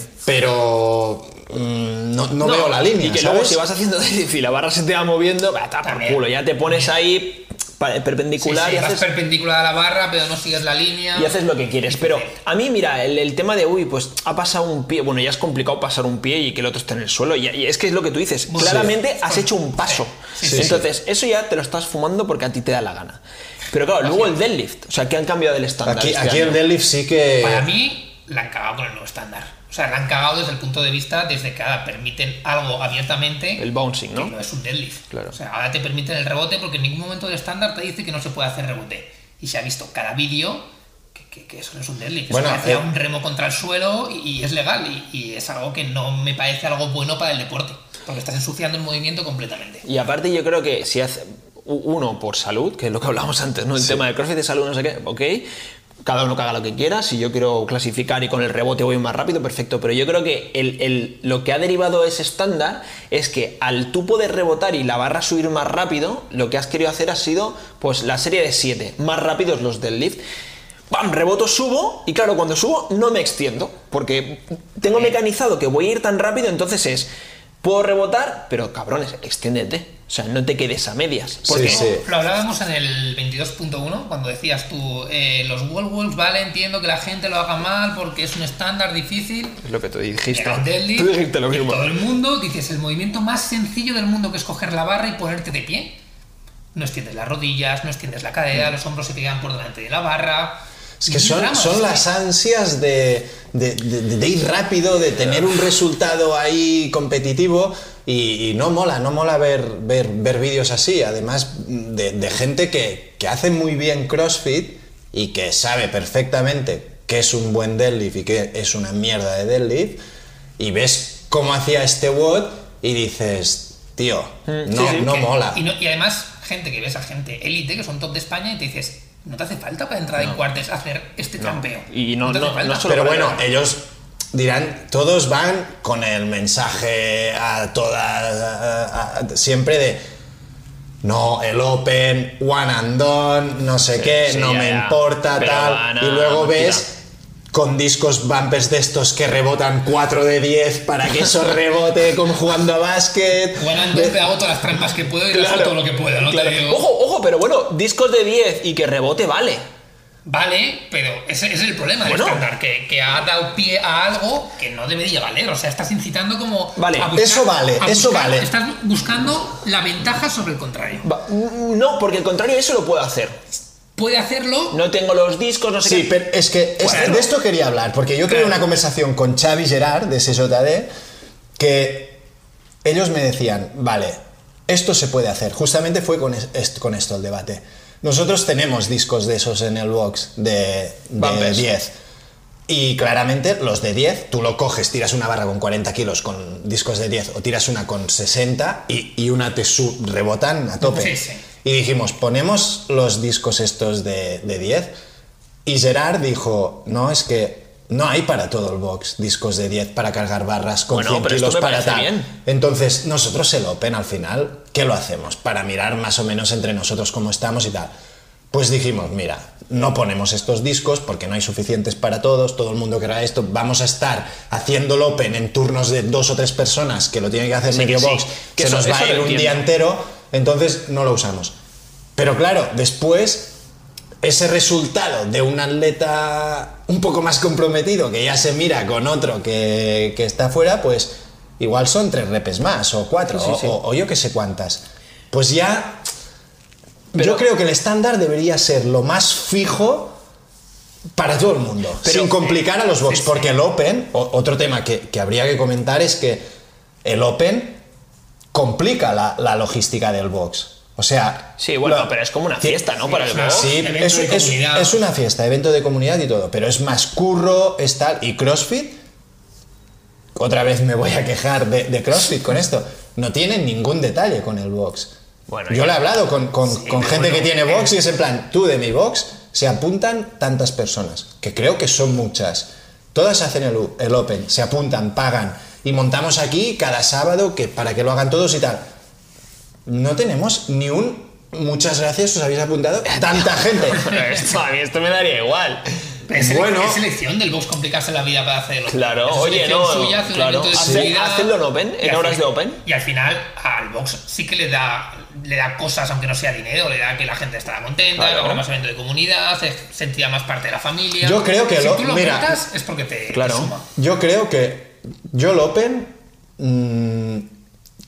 Speaker 2: Pero mm, no, no veo la línea.
Speaker 1: Y que
Speaker 2: ¿sabes?
Speaker 1: luego si vas haciendo deadlift y la barra se te va moviendo, va, está por
Speaker 3: También.
Speaker 1: culo. Ya te pones ahí pa-
Speaker 3: Sí,
Speaker 1: perpendicular y
Speaker 3: sí, vas
Speaker 1: haces
Speaker 3: perpendicular a la barra, pero no sigues la línea.
Speaker 1: y haces lo que quieres. Pero a mí, mira, el, el tema de, uy, pues ha pasado un pie. Bueno, ya es complicado pasar un pie y que el otro esté en el suelo. Y, y es que es lo que tú dices.
Speaker 3: Bueno,
Speaker 1: Claramente has hecho un paso.
Speaker 2: Sí, sí, sí.
Speaker 1: Entonces, eso ya te lo estás fumando porque a ti te da la gana. Pero claro, luego el deadlift. O sea, que han cambiado del estándar.
Speaker 2: Aquí,
Speaker 1: este
Speaker 2: aquí
Speaker 1: año.
Speaker 2: el deadlift sí que.
Speaker 3: Para mí, la han cagado con el nuevo estándar. O sea, la han cagado desde el punto de vista desde que ahora permiten algo abiertamente
Speaker 1: El bouncing,
Speaker 3: que
Speaker 1: ¿no?
Speaker 3: no es un deadlift.
Speaker 1: Claro.
Speaker 3: O sea, ahora te permiten el rebote porque en ningún momento del estándar te dice que no se puede hacer rebote. Y se ha visto cada vídeo que, que- que eso no es un deadlift. que
Speaker 2: Bueno,
Speaker 3: eso parece
Speaker 2: eh,
Speaker 3: un remo contra el suelo y, y es legal. Y, y es algo que no me parece algo bueno para el deporte. Porque estás ensuciando el movimiento completamente.
Speaker 1: Y aparte yo creo que si hace u- uno por salud, que es lo que hablábamos antes, ¿no? El tema de CrossFit de salud, no sé qué, ok. Cada uno que haga lo que quiera, si yo quiero clasificar y con el rebote voy más rápido, perfecto. Pero yo creo que el- el- lo que ha derivado ese estándar es que al tú poder rebotar y la barra subir más rápido, lo que has querido hacer ha sido pues la serie de 7, más rápidos los del lift. ¡Pam! Reboto, subo y claro, cuando subo no me extiendo porque tengo mecanizado que voy a ir tan rápido, entonces es, puedo rebotar, pero cabrones, extiéndete. O sea, no te quedes a medias. Porque
Speaker 2: Sí, sí.
Speaker 3: Lo hablábamos en el 22.1 cuando decías tú, eh, los wall walls, vale, entiendo que la gente lo haga mal porque es un estándar difícil.
Speaker 1: es lo que tú dijiste.
Speaker 3: Era un deadlift,
Speaker 1: Tú dijiste lo
Speaker 3: y
Speaker 1: mismo.
Speaker 3: Todo el mundo dices el movimiento más sencillo del mundo que es coger la barra y ponerte de pie. No extiendes las rodillas, no extiendes la cadera, los hombros se te quedan por delante de la barra.
Speaker 2: Mm. Es
Speaker 3: Y
Speaker 2: que son,
Speaker 3: vamos,
Speaker 2: son
Speaker 3: es
Speaker 2: las
Speaker 3: que-
Speaker 2: ansias de, de- de- de ir rápido, de tener un resultado ahí competitivo y, y no mola, no mola ver, ver, ver vídeos así, además de, de gente que, que hace muy bien CrossFit y que sabe perfectamente qué es un buen deadlift y qué es una mierda de deadlift y ves cómo hacía este WOD y dices, tío, no,
Speaker 1: Mm, sí.
Speaker 2: no
Speaker 3: que-
Speaker 2: mola.
Speaker 3: Y, no- y además, gente que ves a gente élite que son top de España y te dices, no te hace falta para entrar en cuartes hacer este trampeo.
Speaker 1: Y no-
Speaker 3: te hace
Speaker 1: no-
Speaker 3: falta".
Speaker 1: no solo-
Speaker 2: Pero
Speaker 1: para
Speaker 2: bueno,
Speaker 1: ganar.
Speaker 2: ellos dirán, todos van con el mensaje a toda, a- a- siempre de no, el Open, one and done, no sé qué,
Speaker 1: sí,
Speaker 2: no
Speaker 1: ya,
Speaker 2: me
Speaker 1: ya.
Speaker 2: importa,
Speaker 1: Pero
Speaker 2: tal.
Speaker 1: van a-
Speaker 2: y luego
Speaker 1: mentira.
Speaker 2: ves con discos bumpers de estos que rebotan 4 de 10 para que eso rebote como jugando a básquet.
Speaker 3: Bueno, entonces te hago todas las trampas que puedo y las hago todo lo que puedo, no te
Speaker 1: Claro.
Speaker 3: digo.
Speaker 1: Ojo, ojo, pero bueno, discos de 10 y que rebote vale.
Speaker 3: Vale, pero ese, ese es el problema del
Speaker 1: Bueno.
Speaker 3: estándar, que, que ha dado pie a algo que no debería valer. O sea, estás incitando como.
Speaker 1: Vale,
Speaker 3: a
Speaker 2: eso vale,
Speaker 3: a
Speaker 2: eso
Speaker 3: buscar-
Speaker 2: vale.
Speaker 3: Estás buscando la ventaja sobre el contrario.
Speaker 1: Va- No, porque el contrario eso lo puedo hacer.
Speaker 3: Puede hacerlo.
Speaker 1: No tengo los discos, no sé
Speaker 2: Sí,
Speaker 1: qué.
Speaker 2: pero es que es-
Speaker 3: Bueno.
Speaker 2: de esto quería hablar, porque yo tuve
Speaker 3: Claro.
Speaker 2: una conversación con Xavi Gerard de SSJD que ellos me decían, vale, esto se puede hacer. Justamente fue con, es- est- con esto el debate. Nosotros tenemos discos de esos en el box de, de
Speaker 1: Bumpers.
Speaker 2: 10. Y claramente los de 10, tú lo coges, tiras una barra con 40 kilos con discos de 10 o tiras una con 60 y, y una te sub- rebotan a tope.
Speaker 3: Sí, sí.
Speaker 2: Y dijimos, ponemos los discos estos de, de 10. Y Gerard dijo, no, es que no hay para todo el box discos de 10 para cargar barras con
Speaker 1: Bueno,
Speaker 2: 100
Speaker 1: pero esto
Speaker 2: kilos
Speaker 1: me
Speaker 2: para
Speaker 1: parece
Speaker 2: tal.
Speaker 1: bien.
Speaker 2: Entonces, nosotros el Open al final, ¿qué lo hacemos? Para mirar más o menos entre nosotros cómo estamos y tal. Pues dijimos, mira, no ponemos estos discos porque no hay suficientes para todos, todo el mundo querrá esto, vamos a estar haciendo el Open en turnos de dos o tres personas que lo tienen que hacer
Speaker 1: Sí,
Speaker 2: medio
Speaker 1: que sí,
Speaker 2: box,
Speaker 1: que
Speaker 2: se
Speaker 1: eso-
Speaker 2: nos va
Speaker 1: eso
Speaker 2: a ir
Speaker 1: lo
Speaker 2: un día
Speaker 1: entiendo.
Speaker 2: entero, entonces no lo usamos. Pero claro, después ese resultado de un atleta un poco más comprometido que ya se mira con otro que, que está fuera, pues igual son tres repes más o cuatro
Speaker 1: Sí, sí,
Speaker 2: o-
Speaker 1: sí.
Speaker 2: O, o yo que sé cuántas. Pues ya...
Speaker 1: Pero-
Speaker 2: yo creo que el estándar debería ser lo más fijo para todo el mundo,
Speaker 1: Pero- eh,
Speaker 2: sin complicar a los box,
Speaker 3: Sí, sí.
Speaker 2: porque el Open, o- otro tema que, que habría que comentar es que el Open complica la, la logística del box. O sea,
Speaker 1: Sí, bueno,
Speaker 2: lo-
Speaker 1: pero es como una
Speaker 2: Sí,
Speaker 1: fiesta, ¿no?
Speaker 3: sí,
Speaker 1: Para
Speaker 3: es
Speaker 1: el
Speaker 3: una-
Speaker 1: box.
Speaker 2: Sí,
Speaker 3: evento
Speaker 2: es,
Speaker 3: de
Speaker 2: es-
Speaker 3: comunidad.
Speaker 2: es una fiesta, evento de comunidad y todo, pero es más curro, es tal. Y CrossFit, otra vez me voy a quejar de, de CrossFit con esto, no tiene ningún detalle con el box.
Speaker 1: Bueno,
Speaker 2: Yo
Speaker 1: ya.
Speaker 2: le he hablado con, con- con
Speaker 3: pero
Speaker 2: gente que
Speaker 3: bueno,
Speaker 2: tiene
Speaker 3: eh.
Speaker 2: box y es en plan, tú de mi box se apuntan tantas personas, que creo que son muchas. Todas hacen el, U- el Open, se apuntan, pagan y montamos aquí cada sábado que, para que lo hagan todos y tal no tenemos ni un muchas gracias, os habéis apuntado tanta gente.
Speaker 1: Esto, a mí esto me daría igual.
Speaker 3: Es,
Speaker 2: bueno.
Speaker 3: es elección del box complicarse la vida para hacerlo.
Speaker 1: Claro,
Speaker 3: Es
Speaker 1: oye,
Speaker 3: elección
Speaker 1: no.
Speaker 3: suya, hace un
Speaker 1: claro.
Speaker 3: evento de
Speaker 1: Hace-
Speaker 3: su vida.
Speaker 1: Hacedlo en Open,
Speaker 3: Y
Speaker 1: en
Speaker 3: al
Speaker 1: horas de
Speaker 3: final-
Speaker 1: Open.
Speaker 3: Y al final al box sí que le da le da cosas, aunque no sea dinero, le da que la gente estará contenta,
Speaker 1: Claro.
Speaker 3: que habrá más evento de comunidad, se sentirá más parte de la familia.
Speaker 2: Yo creo que
Speaker 3: si
Speaker 2: lo-
Speaker 3: tú lo
Speaker 2: mira.
Speaker 3: apuntas, es porque te, te
Speaker 1: Claro.
Speaker 3: suma.
Speaker 2: Yo creo que yo el Open mm,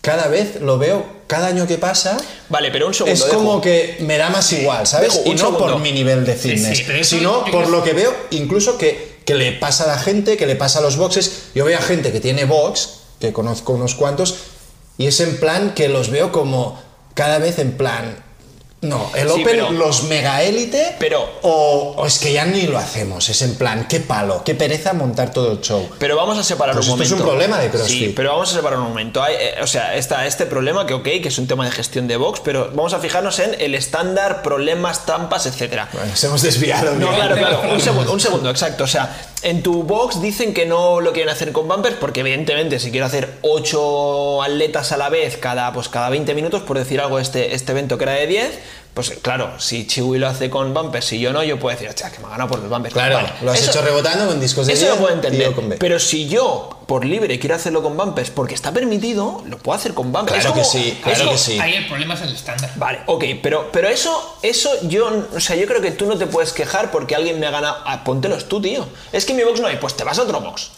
Speaker 2: cada vez lo veo, cada año que pasa.
Speaker 1: Vale, pero un segundo.
Speaker 2: Es como
Speaker 1: dejo.
Speaker 2: que me da más igual, ¿sabes?
Speaker 1: Dejo
Speaker 2: y
Speaker 1: un
Speaker 2: no por
Speaker 1: segundo.
Speaker 2: mi nivel de
Speaker 3: Sí,
Speaker 2: fitness,
Speaker 3: sí, pero eso
Speaker 2: sino
Speaker 3: yo
Speaker 2: por
Speaker 3: creo-
Speaker 2: lo que veo, incluso que que le pasa a la gente, que le pasa a los boxes. Yo veo a gente que tiene box, que conozco unos cuantos, y es en plan que los veo como cada vez en plan. No, el
Speaker 1: Sí,
Speaker 2: Open,
Speaker 1: pero-
Speaker 2: los mega élite,
Speaker 1: pero-
Speaker 2: o, o es que ya ni lo hacemos. Es en plan, qué palo, qué pereza montar todo el show.
Speaker 1: Pero vamos a separar
Speaker 2: Pues
Speaker 1: un
Speaker 2: esto es
Speaker 1: momento.
Speaker 2: un problema de CrossFit.
Speaker 1: Sí, pero vamos a separar un momento. Hay, eh, o sea, está este problema que, ok, que es un tema de gestión de box, pero vamos a fijarnos en el estándar, problemas, trampas, etcétera.
Speaker 2: Bueno, nos hemos desviado.
Speaker 1: No,
Speaker 2: mira.
Speaker 1: claro, claro. Un segundo, un segundo, exacto. O sea, en tu box dicen que no lo quieren hacer con bumpers porque evidentemente si quiero hacer 8 atletas a la vez cada, pues, cada 20 minutos, por decir algo, este, este evento que era de 10, pues claro, si Chiwi lo hace con bumpers y yo no, yo puedo decir, "Hostia, que me ha ganado por los bumpers.
Speaker 2: Claro,
Speaker 1: Vale,
Speaker 2: lo has
Speaker 1: eso-
Speaker 2: hecho rebotando con discos de
Speaker 1: Eso lo
Speaker 2: 10,
Speaker 1: puedo
Speaker 2: y
Speaker 1: entender.
Speaker 2: yo con B.
Speaker 1: Pero si yo, por libre, quiero hacerlo con bumpers porque está permitido, lo puedo hacer con bumpers.
Speaker 2: Claro
Speaker 1: Es
Speaker 2: que
Speaker 1: como-
Speaker 2: sí,
Speaker 1: es
Speaker 2: claro
Speaker 1: como-
Speaker 2: que sí.
Speaker 3: Ahí el problema es el estándar.
Speaker 1: Vale, ok, pero, pero eso, eso yo, o sea, yo creo que tú no te puedes quejar porque alguien me ha ganado. Ah, póntelos tú, tío. Es que en mi box no hay, pues te vas a otro box.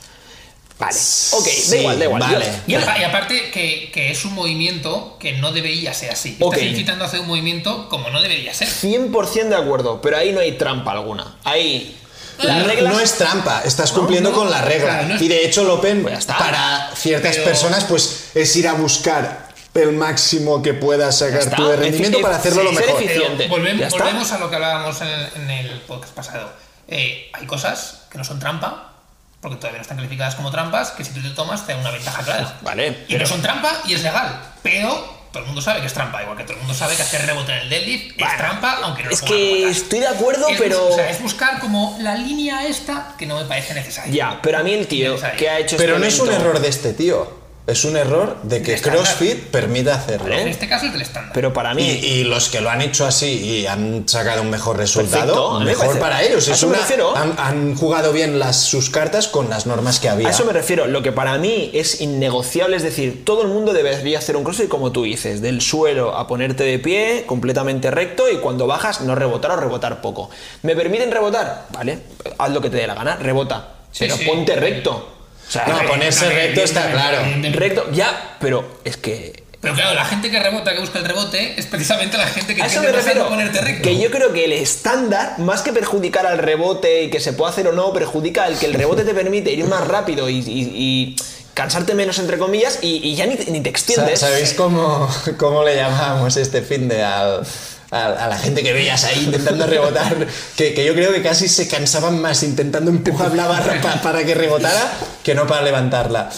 Speaker 1: Vale, ok,
Speaker 2: Pues Sí,
Speaker 1: da igual, da igual.
Speaker 2: vale.
Speaker 1: Yo-
Speaker 3: Y, apa- y aparte que, que es un movimiento que no debería ser así.
Speaker 1: Ok.
Speaker 3: Estás incitando a hacer un movimiento como no debería ser.
Speaker 1: 100% de acuerdo, pero ahí no hay trampa alguna. Ahí. Las
Speaker 2: No-
Speaker 1: reglas.
Speaker 2: No es trampa, estás cumpliendo
Speaker 3: no,
Speaker 2: con la regla.
Speaker 3: claro, no es-
Speaker 2: Y de hecho el Open
Speaker 1: Pues ya está.
Speaker 2: para ciertas
Speaker 3: Pero-
Speaker 2: personas pues es ir a buscar el máximo que puedas sacar
Speaker 1: está.
Speaker 2: tú de rendimiento
Speaker 1: Efici-
Speaker 2: para hacerlo
Speaker 1: sí,
Speaker 2: lo
Speaker 1: ser
Speaker 2: mejor.
Speaker 1: efici- Eficiente.
Speaker 3: volvem-
Speaker 1: Ya está.
Speaker 3: volvemos a lo que hablábamos en el, en el podcast pasado. Eh, hay cosas que no son trampa, porque todavía no están calificadas como trampas, que si tú te tomas te da una ventaja clara.
Speaker 1: Vale,
Speaker 3: Y
Speaker 1: pero-
Speaker 3: no son trampa y es legal, pero todo el mundo sabe que es trampa, igual que todo el mundo sabe que hacer rebote en el deadlift
Speaker 1: Bueno,
Speaker 3: es trampa, aunque no lo
Speaker 1: es
Speaker 3: pongan en
Speaker 1: que
Speaker 3: cuenta.
Speaker 1: estoy de acuerdo,
Speaker 3: Es bus-
Speaker 1: pero.
Speaker 3: o sea, es buscar como la línea esta que no me parece necesaria.
Speaker 1: Ya, pero a mí el tío
Speaker 3: Ahí.
Speaker 1: que ha hecho
Speaker 2: Pero
Speaker 1: este
Speaker 2: no es un
Speaker 1: evento-
Speaker 2: error de este tío, es un error de que
Speaker 3: De estándar.
Speaker 2: CrossFit permita hacerlo.
Speaker 1: Vale.
Speaker 3: En este caso es del estándar.
Speaker 1: ¿eh? Pero para
Speaker 2: Y,
Speaker 1: mí.
Speaker 2: y los que lo han hecho así y han sacado un mejor
Speaker 1: Perfecto,
Speaker 2: resultado,
Speaker 1: a mí me
Speaker 2: mejor
Speaker 1: parece-
Speaker 2: para ellos.
Speaker 1: a
Speaker 2: Es
Speaker 1: eso me
Speaker 2: una-
Speaker 1: refiero.
Speaker 2: han, han jugado bien las, sus cartas con las normas que había.
Speaker 1: A eso me refiero. Lo que para mí es innegociable, es decir, todo el mundo debería hacer un crossfit como tú dices, del suelo a ponerte de pie, completamente recto y cuando bajas no rebotar o rebotar poco. ¿Me permiten rebotar? Vale, haz lo que te dé la gana, rebota.
Speaker 3: Sí,
Speaker 1: pero
Speaker 3: sí.
Speaker 1: ponte recto. O sea,
Speaker 2: No, ponerse recto está claro.
Speaker 1: recto, ya, pero es que.
Speaker 3: Pero claro, la gente que rebota, que busca el rebote, es precisamente la gente que
Speaker 1: A eso
Speaker 3: tiene
Speaker 1: me
Speaker 3: que
Speaker 1: refiero.
Speaker 3: ponerte recto.
Speaker 1: Que yo creo que el estándar, más que perjudicar al rebote y que se pueda hacer o no, perjudica el que el rebote te permite ir más rápido y. y- y cansarte menos entre comillas y, y ya ni, ni te
Speaker 2: Sa-
Speaker 1: extiendes.
Speaker 2: ¿Sabéis cómo, cómo le llamábamos este fin de al, al- a la gente que veías ahí intentando rebotar? Que, que yo creo que casi se cansaban más intentando empujar la barra pa- para que rebotara que no para levantarla.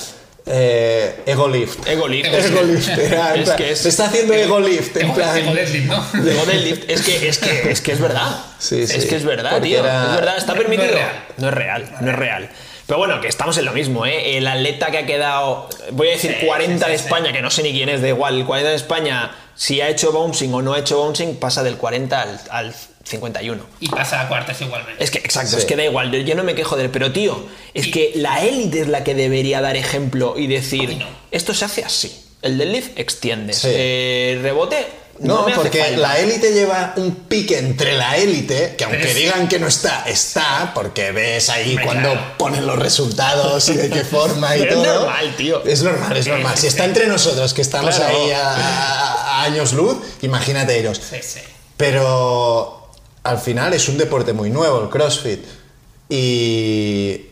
Speaker 2: Eh, ego lift.
Speaker 1: Ego lift.
Speaker 2: Ego lift. era en
Speaker 1: Es
Speaker 2: plan,
Speaker 1: que es-
Speaker 2: se está haciendo ego lift. En
Speaker 3: Tengo-
Speaker 2: plan,
Speaker 3: tengo deadlift, ¿no?
Speaker 1: Luego del lift, es que es que es que es verdad.
Speaker 2: Sí,
Speaker 1: Es
Speaker 2: sí.
Speaker 1: que es verdad,
Speaker 2: Porque
Speaker 1: tío.
Speaker 2: era-
Speaker 1: Es verdad, está
Speaker 3: No es
Speaker 1: permitido.
Speaker 3: real.
Speaker 1: No es real, no es real. Pero bueno, que estamos en lo mismo, ¿eh? El atleta que ha quedado, voy a decir
Speaker 3: Sí,
Speaker 1: 40
Speaker 3: sí,
Speaker 1: de
Speaker 3: sí,
Speaker 1: España, que no sé ni quién es, da igual, el 40 de España, si ha hecho bouncing o no ha hecho bouncing, pasa del 40 al, al 51.
Speaker 3: Y pasa a cuartas igualmente.
Speaker 1: Es que, exacto,
Speaker 2: Sí.
Speaker 1: es que da igual, yo, yo no me quejo del, pero tío, es
Speaker 3: Y-
Speaker 1: que la élite es la que debería dar ejemplo y decir,
Speaker 3: Ay, no.
Speaker 1: esto se hace así. El deadlift extiendes.
Speaker 2: Sí.
Speaker 1: Eh, rebote, no,
Speaker 2: No,
Speaker 1: me hace
Speaker 2: porque
Speaker 1: falta.
Speaker 2: la élite lleva un pique entre la élite, que aunque
Speaker 3: Es-
Speaker 2: digan que no está, está, porque ves ahí
Speaker 3: Hombre,
Speaker 2: cuando
Speaker 3: claro.
Speaker 2: ponen los resultados y de qué forma y
Speaker 1: Pero es
Speaker 2: todo.
Speaker 1: normal, tío.
Speaker 2: Es normal, es
Speaker 3: Sí,
Speaker 2: normal.
Speaker 3: sí,
Speaker 2: Si está
Speaker 3: sí.
Speaker 2: entre nosotros, que estamos
Speaker 1: Claro.
Speaker 2: ahí a, a- a años luz, imagínate ellos.
Speaker 3: Sí, sí.
Speaker 2: Pero al final es un deporte muy nuevo, el CrossFit. Y